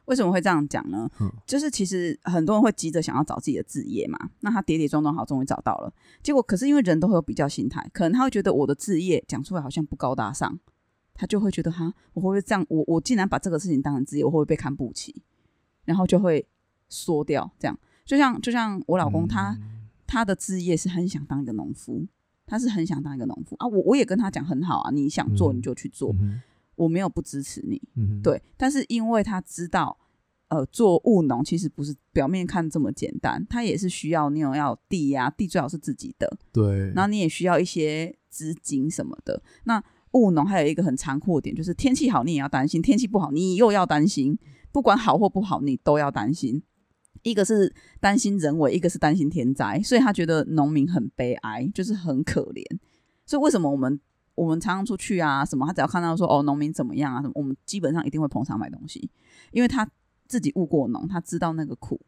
为什么会这样讲呢？嗯就是其实很多人会急着想要找自己的职业嘛，那他跌跌撞撞好，终于找到了，结果可是因为人都会有比较心态，可能他会觉得我的职业讲出来好像不高大上，他就会觉得哈，我会不会这样？我我竟然把这个事情当成职业，我会不会被看不起？然后就会缩掉。这样就像就像我老公他、嗯他的职业是很想当一个农夫，他是很想当一个农夫啊。我我也跟他讲很好啊，你想做嗯你就去做，嗯哼我没有不支持你。嗯哼，对，但是因为他知道，呃，做务农其实不是表面看这么简单，他也是需要你有要地呀、地最好是自己的，对，然后你也需要一些资金什么的。那务农还有一个很残酷的点，就是天气好你也要担心，天气不好你又要担心，不管好或不好你都要担心。一个是担心人为，一个是担心天灾，所以他觉得农民很悲哀，就是很可怜。所以为什么我们我们常常出去啊什么，他只要看到说哦农民怎么样啊什么，我们基本上一定会捧场买东西，因为他自己务过农，他知道那个苦。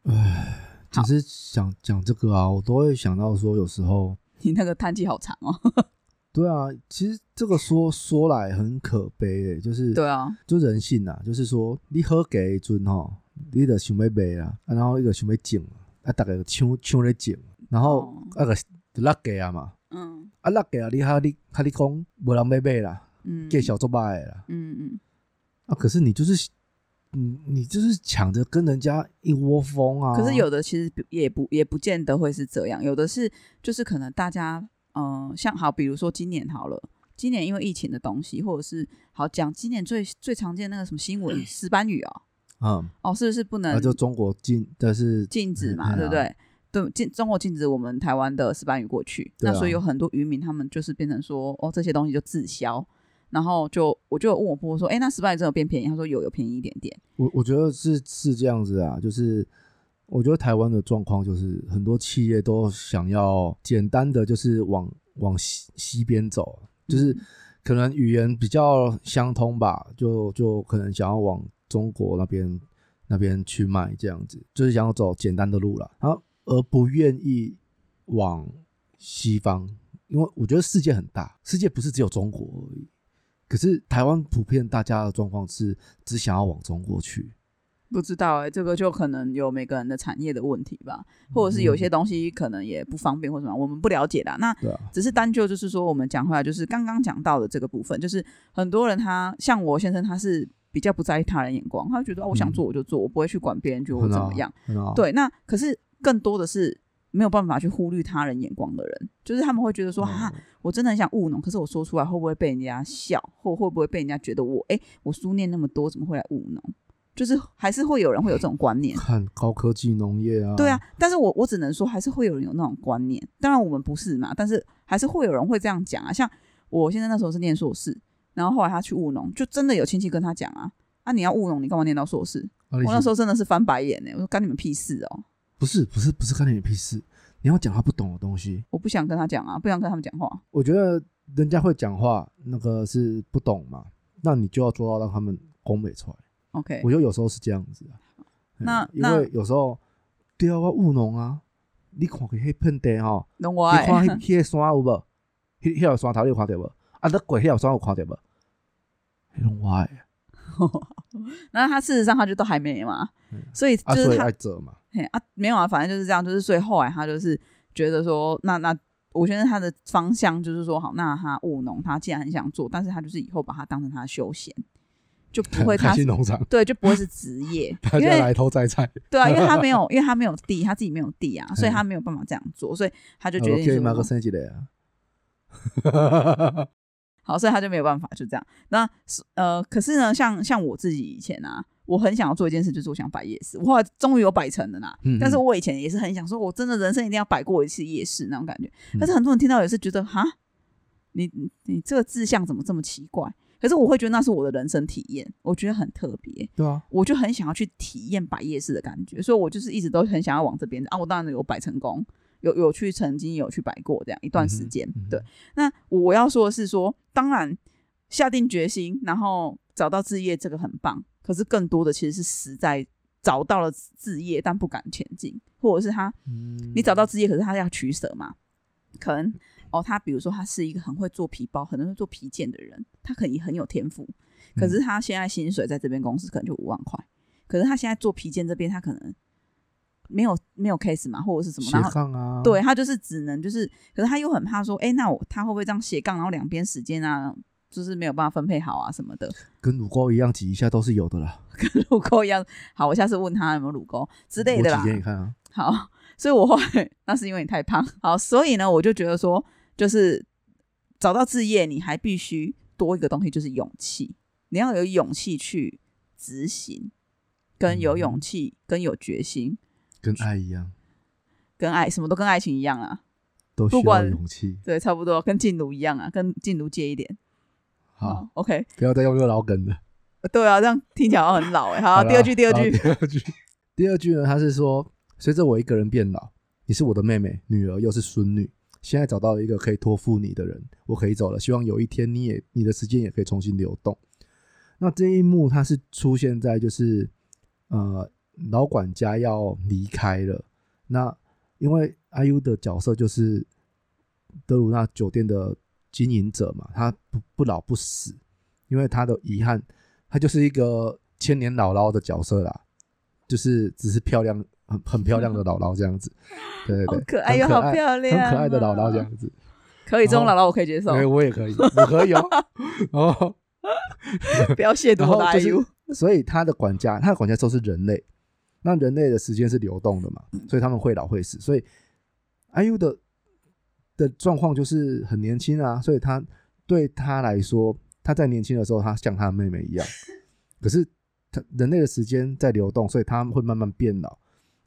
只是想讲这个啊，我都会想到说，有时候你那个叹气好长哦。 [laughs] 对啊，其实这个说说来很可悲诶、就是对啊，就人性呐、就是说你好价的阵吼，你就想要卖啦，啊然后你就想要种啊，啊大家就抢抢咧种，然后哦啊个就落价啊嘛，嗯啊落价啊，你哈你哈你讲无人要买啦，嗯，计小做歹的啦，嗯嗯。啊可是你就是你你就是抢着跟人家一窝蜂啊，可是有的其实也不也不见得会是这样，有的是就是可能大家嗯、呃像好，比如说今年好了，今年因为疫情的东西，或者是好讲今年最最常见那个什么新闻，石斑鱼哦，嗯，哦是不是不能啊就中国禁但是禁止嘛，哎呀对不对？对，禁中国禁止我们台湾的石斑鱼过去，对啊那所以有很多渔民他们就是变成说，哦这些东西就滞销，然后就我就有问我婆婆说，哎那石斑鱼真的有变便宜？她说有有便宜一点点，我我觉得是是这样子啊，就是我觉得台湾的状况就是很多企业都想要简单的就是往往西西边走，就是嗯可能语言比较相通吧，就就可能想要往中国那边那边去卖这样子，就是想要走简单的路了，然后而不愿意往西方，因为我觉得世界很大，世界不是只有中国而已。可是台湾普遍大家的状况是只想要往中国去，不知道哎、这个就可能有每个人的产业的问题吧，或者是有嗯些东西可能也不方便或什么，我们不了解啦。那对啊，只是单就就是说，我们讲回来就是刚刚讲到的这个部分，就是很多人他像我先生，他是比较不在意他人眼光，他就觉得、哦、我想做我就做，我不会去管别人觉得我嗯很怎好么样。？很好，对，那可是更多的是没有办法去忽略他人眼光的人，就是他们会觉得说，啊嗯哈、我真的很想务农，可是我说出来会不会被人家笑，或会不会被人家觉得我，哎，我书念那么多，怎么会来务农？就是还是会有人会有这种 [laughs] 观念。看高科技农业啊，对啊，，但是我我只能说，还是会有人有那种观念。当然我们不是嘛，但是还是会有人会这样讲啊。像我现在那时候是念硕士，然后后来他去务农，就真的有亲戚跟他讲啊，啊你要务农，你干嘛念到硕士？我我那时候候真的是翻白眼欸呢、我说干你们屁事哦、啊不是不是不是看你屁事，你要讲他不懂的东西，我不想跟他讲啊，不想跟他们讲话。我觉得人家会讲话，那个是不懂嘛，那你就要做到让他们恭维出来。 OK，我觉得有时候是这样子啊，嗯那因那为有时候对啊，我务农啊，你看去迄片地吼， [laughs] 弄我啊你看爱，迄迄个山有无？迄迄条山头你有看到无？啊，你过迄条山有看到无？迄种我的那他事实上他就都还没嘛嗯，所以啊，就所是以他爱折嘛，嘿啊，没有啊，反正就是这样，就是所以后来他就是觉得说，那那我觉得他的方向就是说，好，那他务农，他既然很想做，但是他就是以后把它当成他的休闲，就不 [laughs] 会开他心农场，，对就不会是职业 [laughs] 大因家为来偷摘菜，对啊，因为 [laughs] 他没有，因为他没有地，他自己没有地啊，所以他没有办法这样做，所以他就决我定可以说哦买个生几类啊。好，所以他就没有办法，就这样。那是呃，可是呢，像像我自己以前啊，我很想要做一件事，就是我想摆夜市。我后来终于有摆成了啦，嗯 [laughs] 但是嗯我以前也是很想说，我真的人生一定要摆过一次夜市那种感觉。但是嗯很多人听到也是觉得，哈，你你你这个志向怎么这么奇怪？可是我会觉得那是我的人生体验，我觉得很特别，对啊，我就很想要去体验摆夜市的感觉，所以我就是一直都很想要往这边啊。我当然有摆成功，有有去曾经有去摆过这样一段时间，嗯哼对。那我要说的是说，当然下定决心，然后找到置业，这个很棒。可是更多的其实是实在找到了置业但不敢前进，或者是他嗯你找到置业，可是他要取舍嘛，可能哦，他比如说他是一个很会做皮包、很会做皮件的人，他可能也很有天赋，可是他现在薪水在这边公司可能就五万块，可是他现在做皮件这边他可能没有没有 case 嘛，或者是什么，斜然后杠啊，对他就是只能就是，可是他又很怕说，哎、那我他会不会这样斜杠，然后两边时间啊，就是没有办法分配好啊什么的， [laughs] 跟乳沟一样挤一下都是有的啦，跟乳沟一样。好，我下次问他有没有乳沟之类的我啦挤。给你看啊，好，所以我后来那是因为你太胖，好，所以呢，我就觉得说，就是找到置业，你还必须多一个东西，就是勇气，你要有勇气去执行，跟有勇气，跟有决心，跟爱一样，跟爱什么都跟爱情一样啊，都需不要管勇气。对，差不多跟静茹一样啊，跟静茹借一点。好， o k 不要再用这个老梗了。对啊，这样听起来好像很老哎。好好，啦第二句，第二好句，第二句， [laughs] 第二句呢？他是说，随着我一个人变老，你是我的妹妹、女儿，又是孙女，现在找到了一个可以托付你的人，我可以走了。希望有一天你也，你的时间也可以重新流动。那这一幕，它是出现在就是，呃，老管家要离开了。那因为 IU 的角色就是德鲁纳酒店的经营者嘛，他不不老不死，因为他的遗憾她就是一个千年姥姥的角色啦，就是只是漂亮，很很漂亮的姥姥这样 [laughs] 子。对对好对，可爱又很好漂亮啊，很可爱的姥姥这样子。可以，这种然姥姥我可以接受哎，，我也可以，我可以哦。 [laughs] 哦，不要亵然渎后我的就 IU。是，所以他的管家，他的管家都是人类，那人类的时间是流动的嘛，所以他们会老会死，所以 IU 的的状况就是很年轻啊，所以他对他来说，他在年轻的时候，他像他的妹妹一样，可是他人类的时间在流动，所以他会慢慢变老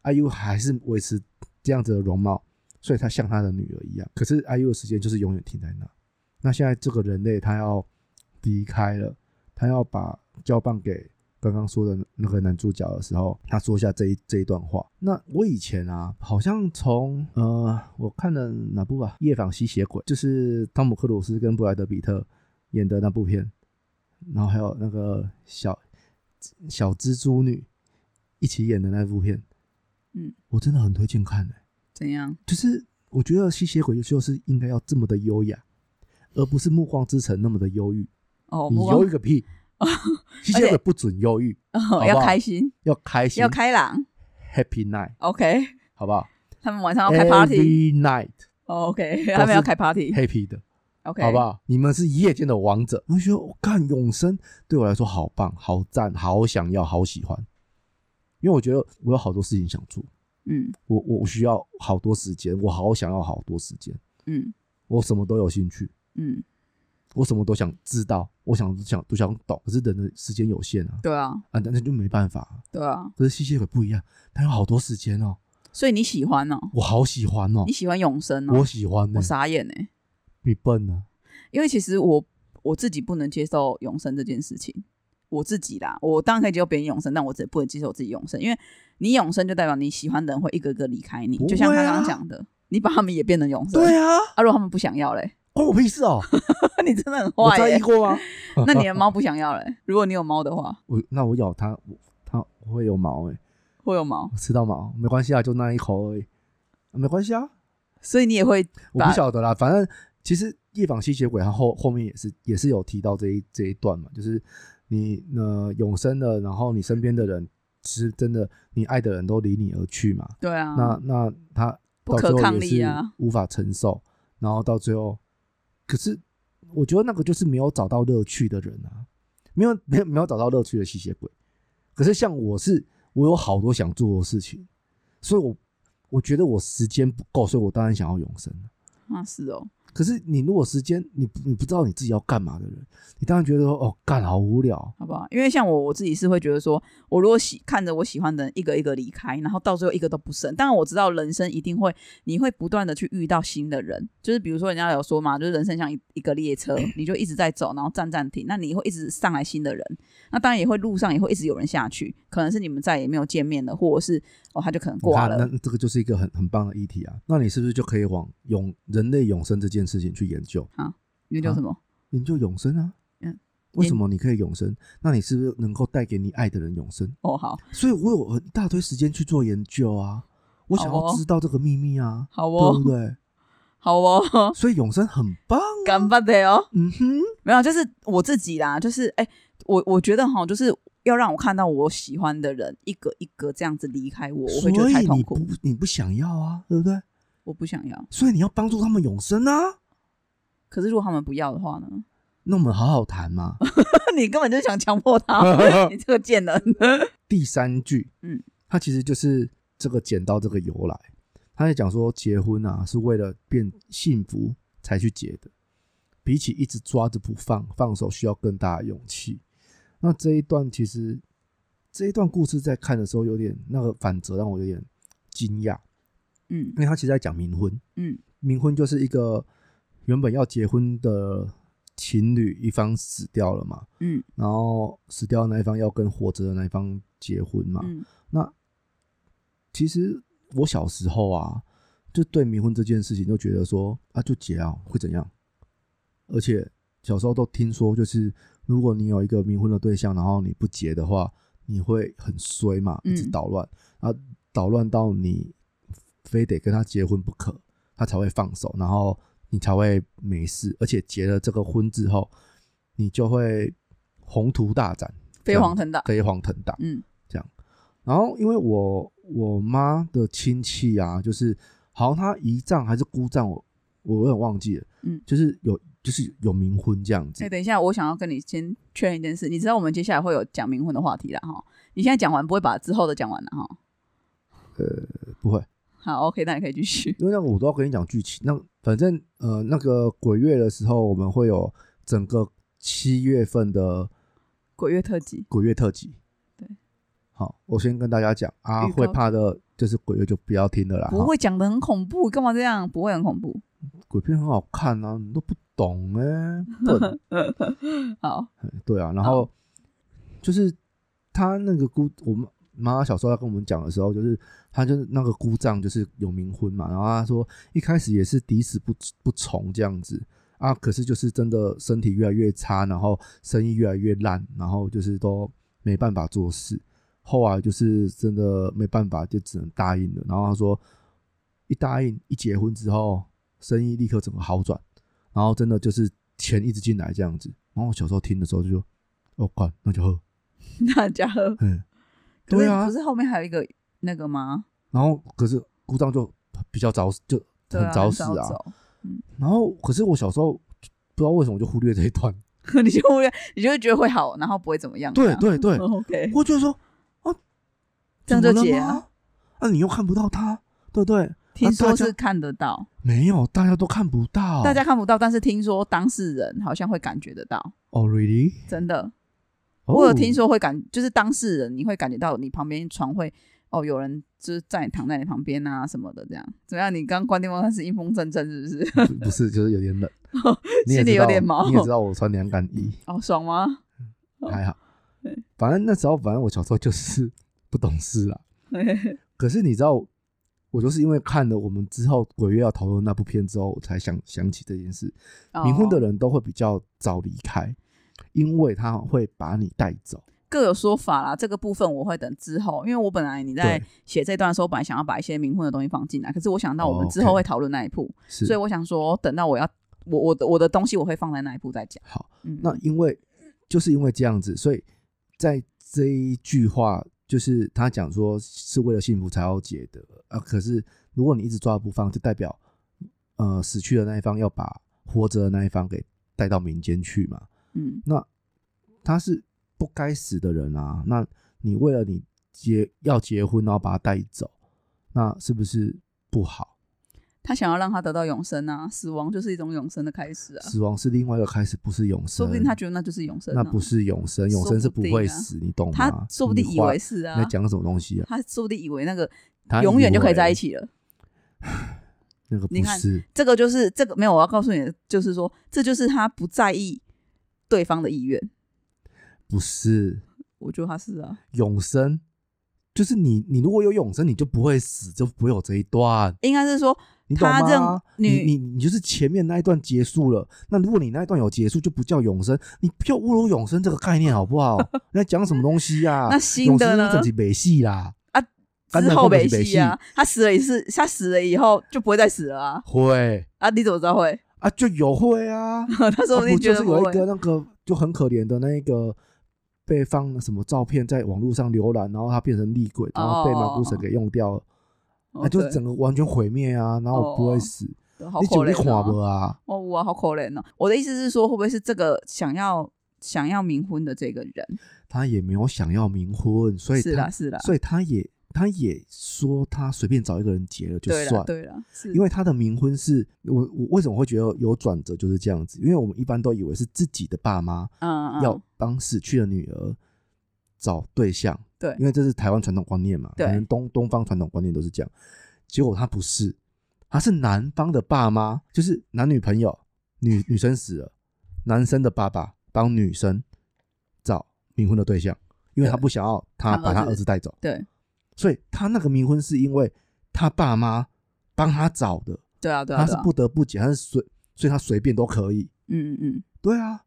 ，IU 还是维持这样子的容貌，所以他像他的女儿一样，可是 IU 的时间就是永远停在那。那现在这个人类他要离开了，他要把交棒给刚刚说的那个男主角的时候，他说下这一这一段话。那我以前啊，好像从呃，我看了哪部啊，《夜访吸血鬼》，就是汤姆克鲁斯跟布莱德比特演的那部片，然后还有那个小小蜘蛛女一起演的那部片，嗯，我真的很推荐看的、怎样？就是我觉得吸血鬼就是应该要这么的优雅，而不是《暮光之城》那么的忧郁。哦，你目忧光郁个屁！吸血鬼不准忧郁，哦好要不好开心，要开心，要开朗。 Happy Night， OK，好不好他们晚上要开 party。 ？Every night 哦 OK，是他们要开 party。 happy 的， OK，好不好？你们是夜间的王者。我就觉得，我看永生对我来说好棒、好赞、好想要、好喜欢，因为我觉得我有好多事情想做，嗯我我我需要好多时间，我好想要好多时间，嗯我什么都有兴趣，嗯，我什么都想知道，我想想都想懂。可是人的时间有限啊，对啊啊，那那就没办法啊、对啊，可是吸血鬼不一样，他有好多时间哦，所以你喜欢哦，我好喜欢哦你，喜欢永生哦我，喜欢欸呢、我傻眼哎，你笨呢、因为其实我我自己不能接受永生这件事情。我自己啦，我当然可以接受别人永生，但我自己不能接受我自己永生，因为你永生就代表你喜欢的人会一个个离开你，不会啊就像他刚刚讲的，你把他们也变成永生。对啊，啊，如果他们不想要嘞， [laughs] 关我屁事哦！你真的很我坏在耶意。过吗？那你的猫不想要嘞？如果你有猫的话，我那我咬它，我它会有毛哎、会有猫，我吃到毛没关系啊，就那一口而已，啊没关系啊，所以你也会我不晓得啦，反正其实《夜访吸血鬼》它后后面也是也是有提到这一这一段嘛，就是你呃永生了，然后你身边的人是真的你爱的人都离你而去嘛，对啊，那那他不到可最后抗也力是啊无法承受，然后到最后，可是我觉得那个就是没有找到乐趣的人啊，没有没有没有找到乐趣的吸血鬼。可是像我是，我有好多想做的事情，所以我我觉得我时间不够，所以我当然想要永生啊那是哦，可是你如果时间你不你不知道你自己要干嘛的人，你当然觉得说哦干好无聊，好不好？因为像我我自己是会觉得说，我如果喜看着我喜欢的人一个一个离开，然后到最后一个都不剩。当然我知道人生一定会，你会不断的去遇到新的人，就是比如说人家有说嘛，就是人生像一一个列车，你就一直在走，然后站站停，那你会一直上来新的人，那当然也会路上也会一直有人下去，可能是你们再也没有见面了，或者是哦他就可能你挂看了，那这个就是一个很很棒的议题啊。那你是不是就可以往永人类永生这件事情去研究？因为叫什么？研究永生啊。嗯，为什么你可以永生？那你是不是能够带给你爱的人永生？哦，好所以我有很大堆时间去做研究啊，我想好要哦知道这个秘密啊，好哦对，不对？好哦， [laughs] 所以永生很棒啊，干巴的哦。嗯哼，没有，就是我自己啦，就是哎、我我觉得哈，就是要让我看到我喜欢的人一个一个这样子离开我，我所会觉得太以痛你苦不，你不想要啊，对不对？我不想要。所以你要帮助他们永生啊，可是如果他们不要的话呢？ [laughs] 那我们好好谈嘛。你根本就想强迫 [laughs] 他，你这个贱人。第三句，嗯，它其实就是这个剪刀这个由来。他在讲说，结婚啊是为了变幸福才去结的，比起一直抓着不放，放手需要更大的勇气。那这一段其实这一段故事在看的时候，有点那个反折让我有点惊讶，嗯因为他其实在讲冥婚，嗯冥婚就是一个原本要结婚的情侣一方死掉了嘛，嗯然后死掉的那一方要跟活着的那一方结婚嘛，嗯其实我小时候啊，就对冥婚这件事情就觉得说啊，就结啊会怎样？而且小时候都听说，就是如果你有一个冥婚的对象，然后你不结的话，你会很衰嘛，嗯一直捣乱、啊，捣乱到你非得跟他结婚不可，他才会放手，然后你才会没事。而且结了这个婚之后，你就会宏图大展，飞黄腾达。飞黄腾达。嗯然后因为我我妈的亲戚啊，就是好像她姨丈还是姑丈，我我有点忘记了，嗯就是有就是有冥婚这样子哎、，等一下，我想要跟你先确认一件事，你知道我们接下来会有讲冥婚的话题了哈。你现在讲完不会把之后的讲完了哈。哎不会，好，OK，那你可以继续。因为那个我都要跟你讲剧情。那反正呃，那个鬼月的时候，我们会有整个七月份的鬼月特辑，鬼月特辑。对，好，我先跟大家讲啊，预告会怕的就是鬼月就不要听了啦。不哈会讲的很恐怖，干嘛这样？不会很恐 [laughs] 怖。鬼片很好看啊，你都不懂哎、 [laughs] 笨好， [laughs] 对啊，然后就是他那个姑，我们妈妈小时候要跟我们讲的时候，就是他就是那个姑丈就是有冥婚嘛，然后他说一开始也是抵死不不从这样子啊，可是就是真的身体越来越差，然后生意越来越烂，然后就是都没办法做事，后来就是真的没办法，就只能答应了。然后他说一答应一结婚之后，生意立刻整个好转，然后真的就是钱一直进来这样子。然后我小时候听的时候就说，哦，管那就喝，大家喝。嗯，可是对啊不。是后面还有一个那个吗？然后可是姑丈就比较早死，就对啊，很早很死早啊。走，然后可是我小时候不知道为什么就忽略这一段， [laughs] 你就会你就会觉得会好，然后不会怎么样。这对样对对， [laughs] ，OK，我就说哦啊这样就怎么了结吗啊。啊，你又看不到他，对不对？听啊说大家是看得到，没有，大家都看不到。大家看不到，但是听说当事人好像会感觉得到，哦，really？真的。哦我有听说会感，就是当事人你会感觉到你旁边床会哦，有人就是在躺在你旁边啊什么的，这样怎么样？你刚关电风扇是阴风阵阵是不是？。不不是，就是有点冷你也哦心里知有道点毛你也知道我穿凉感衣，哦，爽吗 [laughs] 还好对。反正那时候，反正我小时候就是 [laughs] 不懂事啦。可是你知道，我就是因为看了我们之后鬼月要讨论那部片之后，我才想想起这件事。冥婚的人人都会比较早离开，因为他会把你带走。各有说法啦，这个部分我会等之后，因为我本来你在对写这段的时候，本来想要把一些冥婚的东西放进来，可是我想到我们哦之后 OK 会讨论那一步，是所以我想说，等到我要我我的我的东西，我会放在那一步再讲。好。嗯，那因为就是因为这样子，所以在这一句话，就是他讲说是为了幸福才要解的啊。可是如果你一直抓不放，就代表呃死去的那一方要把活着的那一方给带到民间去嘛。嗯他是不该死的人啊，那你为了你结要结婚，然后把他带走，那是不是不好？他想要让他得到永生啊，死亡就是一种永生的开始啊，死亡是另外一个开始，不是永生。说不定他觉得那就是永生、啊，那不是永生，永生是不会死，你懂吗？他说不定你以话为是你啊在，讲什么东西啊？他说不定以为那个他永远就可以为在一起了。那个不你看是，这个就是这个没有，我要告诉你的就是说，这就是他不在意对方的意愿。不是我觉得他是啊，永生，就是你，你如果有永生，你就不会死，就不会有这一段。应该是说你懂他吗认？你女你你就是前面那一段结束了，那如果你那一段有结束，就不叫永生，你不要侮辱永生这个概念好 [laughs] 不好？你在讲什么东西呀、那新的永呢生整？起北戏啦，干之的后根本没是北戏啊，他死了一次，他死了以后就不会再死了啊会啊！你怎么知道会？ [laughs] 啊，就有会啊，他说啊不不定觉就得是不有一会。个那个就很可怜的那一个被放什么照片在网络上浏览，然后他变成厉鬼，然后被哦毛骨神给用掉了，哦啊，就是对哦整个完全毁灭啊，然后我不会死，好你可久你怜看哦不啊？哦，哇，好可怜哦！我的意思是说，会不会是这个想要想要冥婚的这个人？他也没有想要冥婚，所以是他啦，是啦，所以他也他也说他随便找一个人结了就对啦，算，对啦，是因为他的冥婚是我我为什么会觉得有转折就是这样子，因为我们一般都以为是自己的爸妈嗯嗯要帮死去的女儿找对象，对因为这是台湾传统观念嘛，对可能东东方传统观念都是这样，结果他不是，他是男方的爸妈，就是男女朋友，女女生死了，男生的爸爸帮女生找冥婚的对象，因为他对不想要他他把他儿子儿子带走，对所以他那个冥婚是因为他爸妈帮他找的，对啊对啊，他是对啊不得不结，他是随，所以他随便都可以，嗯嗯嗯对啊，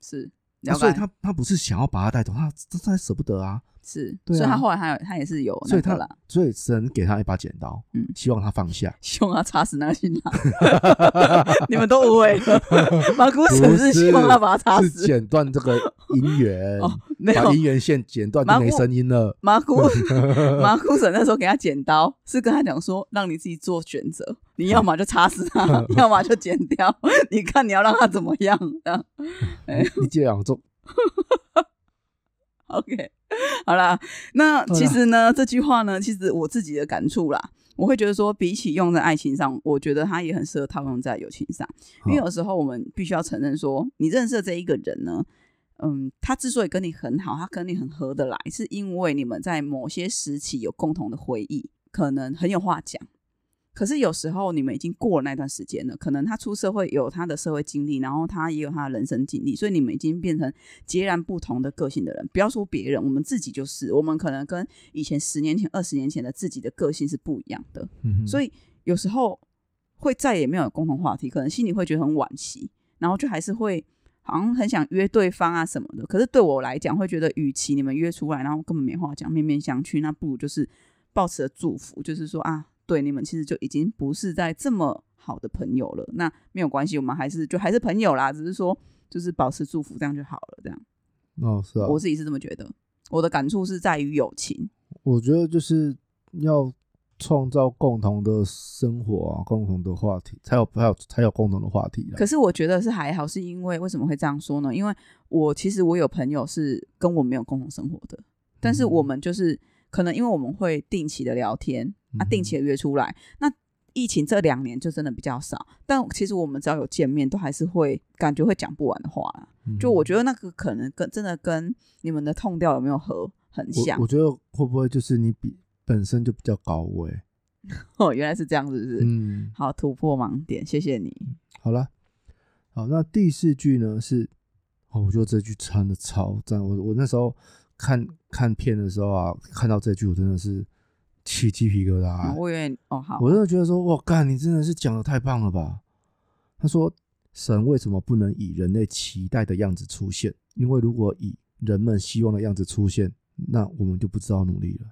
是啊了解，所以他他不是想要把他带走，他他他舍不得啊，是，对所以啊他后来他有他也是有所那以他个啦，所以神给他一把剪刀，嗯。希望他放下凶啊插死那个新 [laughs] 郎，你们都误会了，马古神 [laughs] 是希望他把他插是死，剪断这个姻缘， [laughs] 哦没有把姻缘线剪断就没声音了。马古马古神那时候给他剪刀，是跟他讲说，让你自己做选择，你要么就插死他，要么就剪掉，你看你要让他怎么样？这样哎你你这两种 [laughs] OK，好啦，那对啦其实呢，这句话呢，其实我自己的感触啦，我会觉得说，比起用在爱情上，我觉得它也很适合套用在友情上，因为好有时候我们必须要承认说，你认识的这一个人呢。嗯，他之所以跟你很好，他跟你很合得来，是因为你们在某些时期有共同的回忆，可能很有话讲。可是有时候你们已经过了那段时间了，可能他出社会有他的社会经历，然后他也有他的人生经历，所以你们已经变成截然不同的个性的人。不要说别人，我们自己就是，我们可能跟以前十年前、二十年前的自己的个性是不一样的，所以以有时候会再也没有共同话题，可能心里会觉得很惋惜，然后就还是会好像很想约对方啊什么的。可是对我来讲，会觉得与其你们约出来，然后根本没话讲，面面相觑，那不如就是抱持着祝福，就是说啊，对你们其实就已经不是在这么好的朋友了，那没有关系，我们还是就还是朋友啦，只是说就是保持祝福，这样就好了，这样。哦是啊，我我自己是这么觉得。我的感触是在于友情，我觉得就是要创造共同的生活啊，共同的话题，才有才有才有共同的话题啦。可是我觉得是还好，是因为为什么会这样说呢？因为我其实我有朋友是跟我没有共同生活的，但嗯是我们就是可能因为我们会定期的聊天啊，嗯定期的约出来。那疫情这两年就真的比较少，但其实我们只要有见面，都还是会感觉会讲不完的话啦。就嗯我觉得那个可能跟真的跟你们的痛调有没有合很嗯像我我觉得会不会就是你比本身就比较高位？哦， [laughs] 原来是这样，是不是？嗯，好，突破盲点，谢谢你。好了，好，那第四句呢是，哦，我觉得这句唱的超赞，我我那时候看看片的时候啊，看到这句我真的是起鸡皮疙瘩、哦我以为哦好，啊我真的觉得说，哇，干，你真的是讲的太棒了吧？他说，神为什么不能以人类期待的样子出现？因为如果以人们希望的样子出现，那我们就不知道努力了。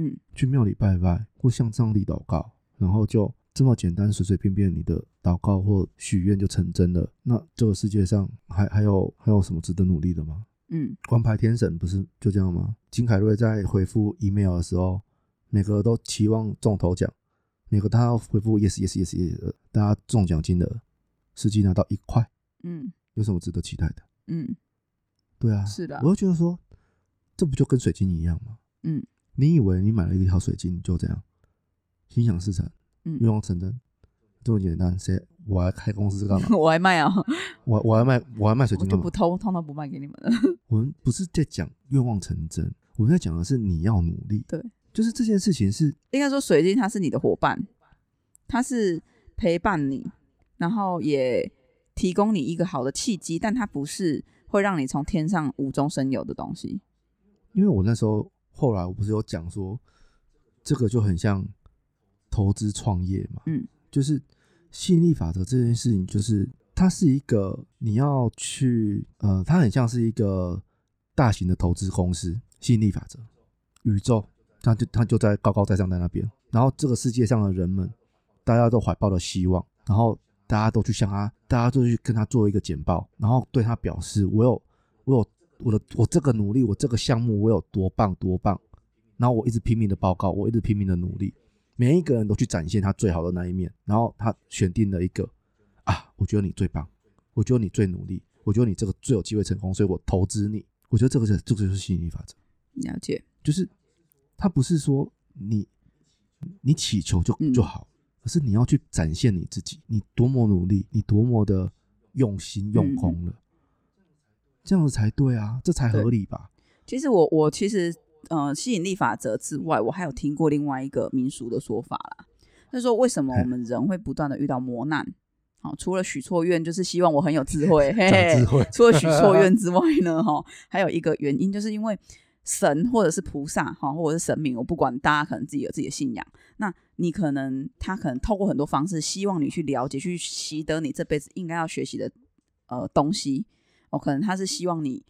嗯，去庙里拜拜或向上帝祷告，然后就这么简单，随随便便你的祷告或许愿就成真了。那这个世界上还还有还有什么值得努力的吗？嗯王牌天神不是就这样吗？金凯瑞在回复 email 的时候，每个都期望中头奖，每个他要回复 yes yes yes yes，大家中奖金额，实际拿到一块，嗯有什么值得期待的？嗯对啊，是的我就觉得说，这不就跟水晶一样吗？嗯，你以为你买了一条水晶你就这样，心想事成，嗯？愿望成真，这么简单？谁我还开公司干嘛 [laughs] 我还卖啊，我我还卖我还卖水我晶就干嘛不？偷，通通不卖给你们了。 [laughs] 我们不是在讲愿望成真，我们在讲的是你要努力。对，就是这件事情是应该说，水晶它是你的伙伴，它是陪伴你，然后也提供你一个好的契机，但它不是会让你从天上无中生有的东西。因为我那时候后来我不是有讲说，这个就很像投资创业嘛，嗯，就是吸引力法则这件事情，就是它是一个你要去呃，它很像是一个大型的投资公司，吸引力法则，宇宙，它就它就在高高在上在那边，然后这个世界上的人们，大家都怀抱了希望，然后大家都去向他，大家都去跟他做一个简报，然后对他表示我有我有我的我这个努力，我这个项目我有多棒多棒，然后我一直拼命的报告，我一直拼命的努力，每一个人都去展现他最好的那一面，然后他选定了一个啊，我觉得你最棒，我觉得你最努力，我觉得你这个最有机会成功，所以我投资你。我觉得这个是这个就是吸引力法则，了解，就是他不是说你你祈求就嗯就好，而是你要去展现你自己，你多么努力，你多么的用心用功了，嗯这样子才对啊，这才合理吧？其实我我其实呃吸引力法则之外，我还有听过另外一个民俗的说法啦，就是说为什么嘿我们人会不断的遇到磨难？好、除了许错愿，就是希望我很有智慧，嘿嘿 [laughs] 长智慧， [laughs] 除了许错愿之外呢，哈，还有一个原因，就是因为神或者是菩萨哈，或者是神明，我不管，大家可能自己有自己的信仰。那你可能他可能透过很多方式，希望你去了解、去习得你这辈子应该要学习的呃东西。哦，可能他是希望你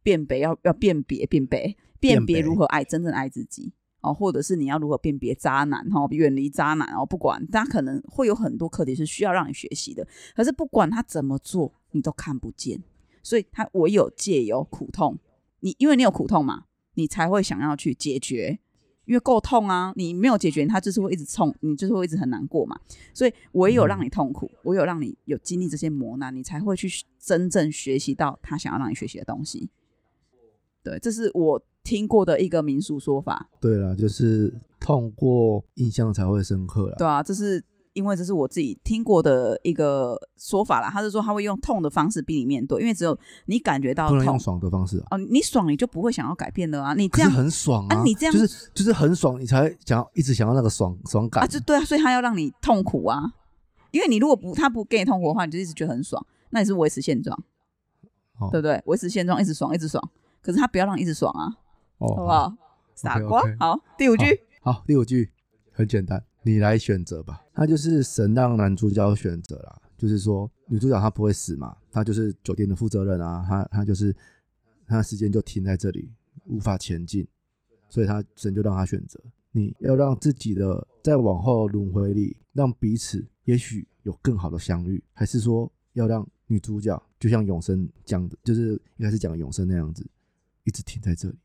辨别，要要辨别辨别辨辨别别如何爱真正爱自己。哦，或者是你要如何辨别渣男哈、哦，远离渣男哦，不管，他可能会有很多课题是需要让你学习的。可是不管他怎么做，你都看不见，所以他唯有借由苦痛，你因为你有苦痛嘛，你才会想要去解决，因为够痛啊，你没有解决，他就是会一直痛，你就是会一直很难过嘛。所以唯有嗯让你痛苦，唯有让你有经历这些磨难，你才会去真正学习到他想要让你学习的东西。对，这是我听过的一个民俗说法。对啦，就是痛过印象才会深刻啦。对啊，这是因为这是我自己听过的一个说法啦。他是说他会用痛的方式逼你面对，因为只有你感觉到不能痛用爽的方式啊，哦，你爽你就不会想要改变了啊。你可这是样很爽啊！啊你这样就是就是很爽，你才想要一直想要那个爽爽感啊，就对啊，所以他要让你痛苦啊，因为你如果不他不给你痛苦的话，你就一直觉得很爽，那你是维持现状，哦对不对？维持现状，一直爽，一直爽。可是他不要让你一直爽啊，哦好不好？傻瓜 OK，OK 好，第五句，好，第五句很简单，你来选择吧。他就是神让男主角选择啦，就是说女主角她不会死嘛，她就是酒店的负责人啊，她她就是她的时间就停在这里，无法前进，所以他神就让她选择，你要让自己的在往后轮回里，让彼此也许有更好的相遇，还是说要让女主角就像永生讲的，就是一开始讲的永生那样子，一直停在这里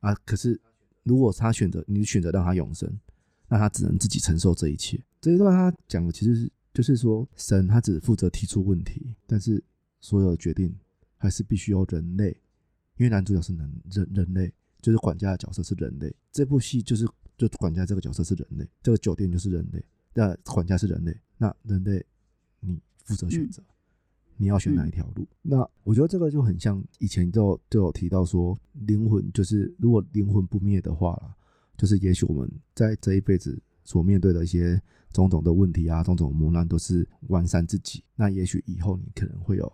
啊，可是如果他选择你选择让他永生，那他只能自己承受这一切。这一段他讲的其实是就是说，神他只负责提出问题，但是所有的决定还是必须由人类，因为男主角是人人人类，就是管家的角色是人类。这部戏就是就管家这个角色是人类，这个酒店就是人类，那管家是人类，那人类你负责选择。你要选哪一条路？那我觉得这个就很像以前就有就有提到说，灵魂就是如果灵魂不灭的话啦，就是也许我们在这一辈子所面对的一些种种的问题啊，种种磨难，都是完善自己。那也许以后你可能会有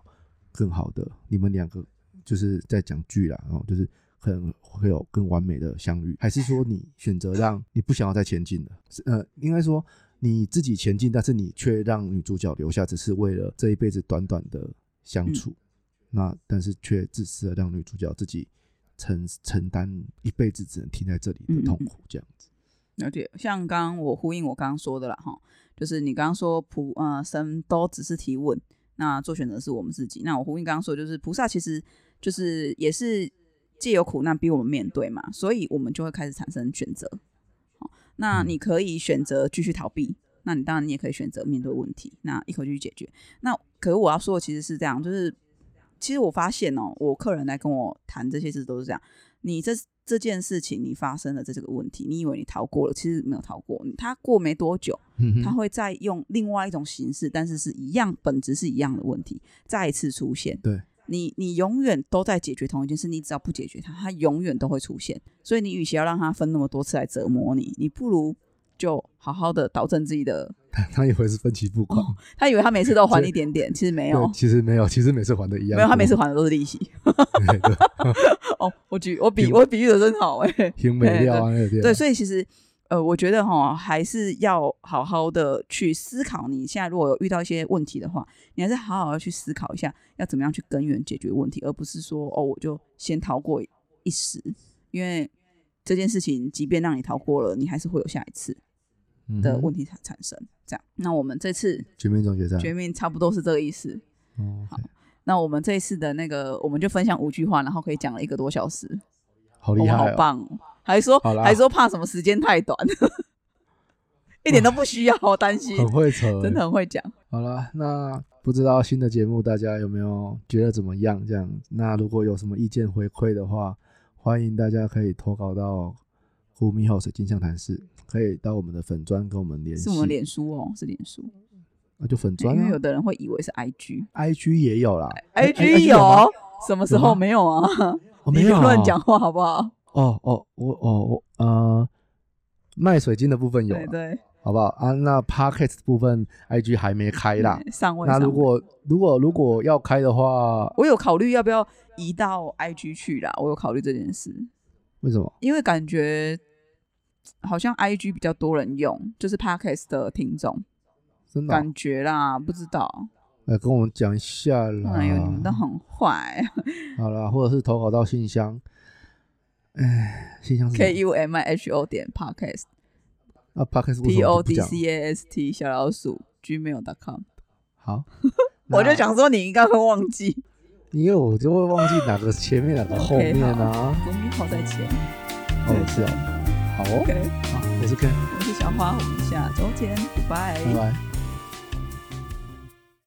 更好的，你们两个就是在讲剧啦，然后就是可能会有更完美的相遇，还是说你选择让你不想要再前进了？是呃，应该说你自己前进，但是你却让女主角留下，只是为了这一辈子短短的相处。嗯那但是却自私的让女主角自己承承担一辈子只能停在这里的痛嗯苦，这样子。了解。像刚刚我呼应我刚刚说的了哈，就是你刚刚说菩呃神都只是提问，那做选择是我们自己。那我呼应刚刚说，就是菩萨其实就是也是借由苦难逼我们面对嘛，所以我们就会开始产生选择。好，那嗯你可以选择继续逃避，那你当然你也可以选择面对问题，那一口气去解决。那可是我要说的其实是这样，就是其实我发现哦，我客人来跟我谈这些事都是这样，你这这件事情你发生了这这个问题，你以为你逃过了，其实没有逃过，他过没多久。嗯他哼，会再用另外一种形式，但是是一样本质是一样的问题，再次出现。对，你你永远都在解决同一件事，你只要不解决它，它永远都会出现。所以你与其要让它分那么多次来折磨你，你不如就好好的导正自己的。 [laughs] 他以为是分期付款，哦他以为他每次都还一点点，其实没有对，，其实没有，其实每次还的一样多，没有，他每次还的都是利息。 [laughs] 对 [laughs] 对哦，我举我比我比喻的真好哎、挺美料啊，那个地方对，所以其实。呃，我觉得哈，还是要好好的去思考，你现在如果有遇到一些问题的话，你还是好好的去思考一下，要怎么样去根源解决问题，而不是说哦，我就先逃过一时，因为这件事情，即便让你逃过了，你还是会有下一次嗯的哼啊问题产产生。这样，那我们这次全民总决赛，绝命差不多是这个意思。哦，OK，那我们这一次的那个，我们就分享五句话，然后可以讲了一个多小时，好我厉们害好哦！棒哦！还说好啦还说怕什么时间太短， [laughs] 一点都不需要担 [laughs] 心，很会扯欸， [laughs] 真的很会讲。好了，那不知道新的节目大家有没有觉得怎么样？这样，那如果有什么意见回馈的话，欢迎大家可以投稿到胡米后水晶象谈室，可以到我们的粉砖跟我们联系。是我们脸书哦，是脸书，啊，就粉砖因为有啊的人会以为是 IG，IG、 ，IG 也有啦哎哎有吗哦，什么时候有吗没有啊？哦你没不有 [laughs] 要啊乱讲话好不好？哦哦，我哦我呃，卖水晶的部分有啦，对对，好不好啊？那 Pocket 部分 IG 还啊没开啦。上位。那上位如果如果如果要开的话，我有考虑要不要移到 IG 去啦，我有考虑这件事，为什么？因为感觉好像 IG 比较多人用，就是 Podcast 的听众真的哦、感觉啦，不知道。来跟我们讲一下啦。哎呦，你们都很坏好啦，或者是投稿到信箱。哎，信箱是什么，K U M I H O 点 Podcast 啊 p o d c a s t P O D 讲 C A S T 小老鼠 gmail.com，，好 [laughs] 我就那，想说你应该会 [laughs] 忘记。因为我就会忘记哪个前面哪个后面啊。国民好在前。哦，是哦，好哦， OK，好，我是 Ken，我是小花，我们下周见，拜拜拜。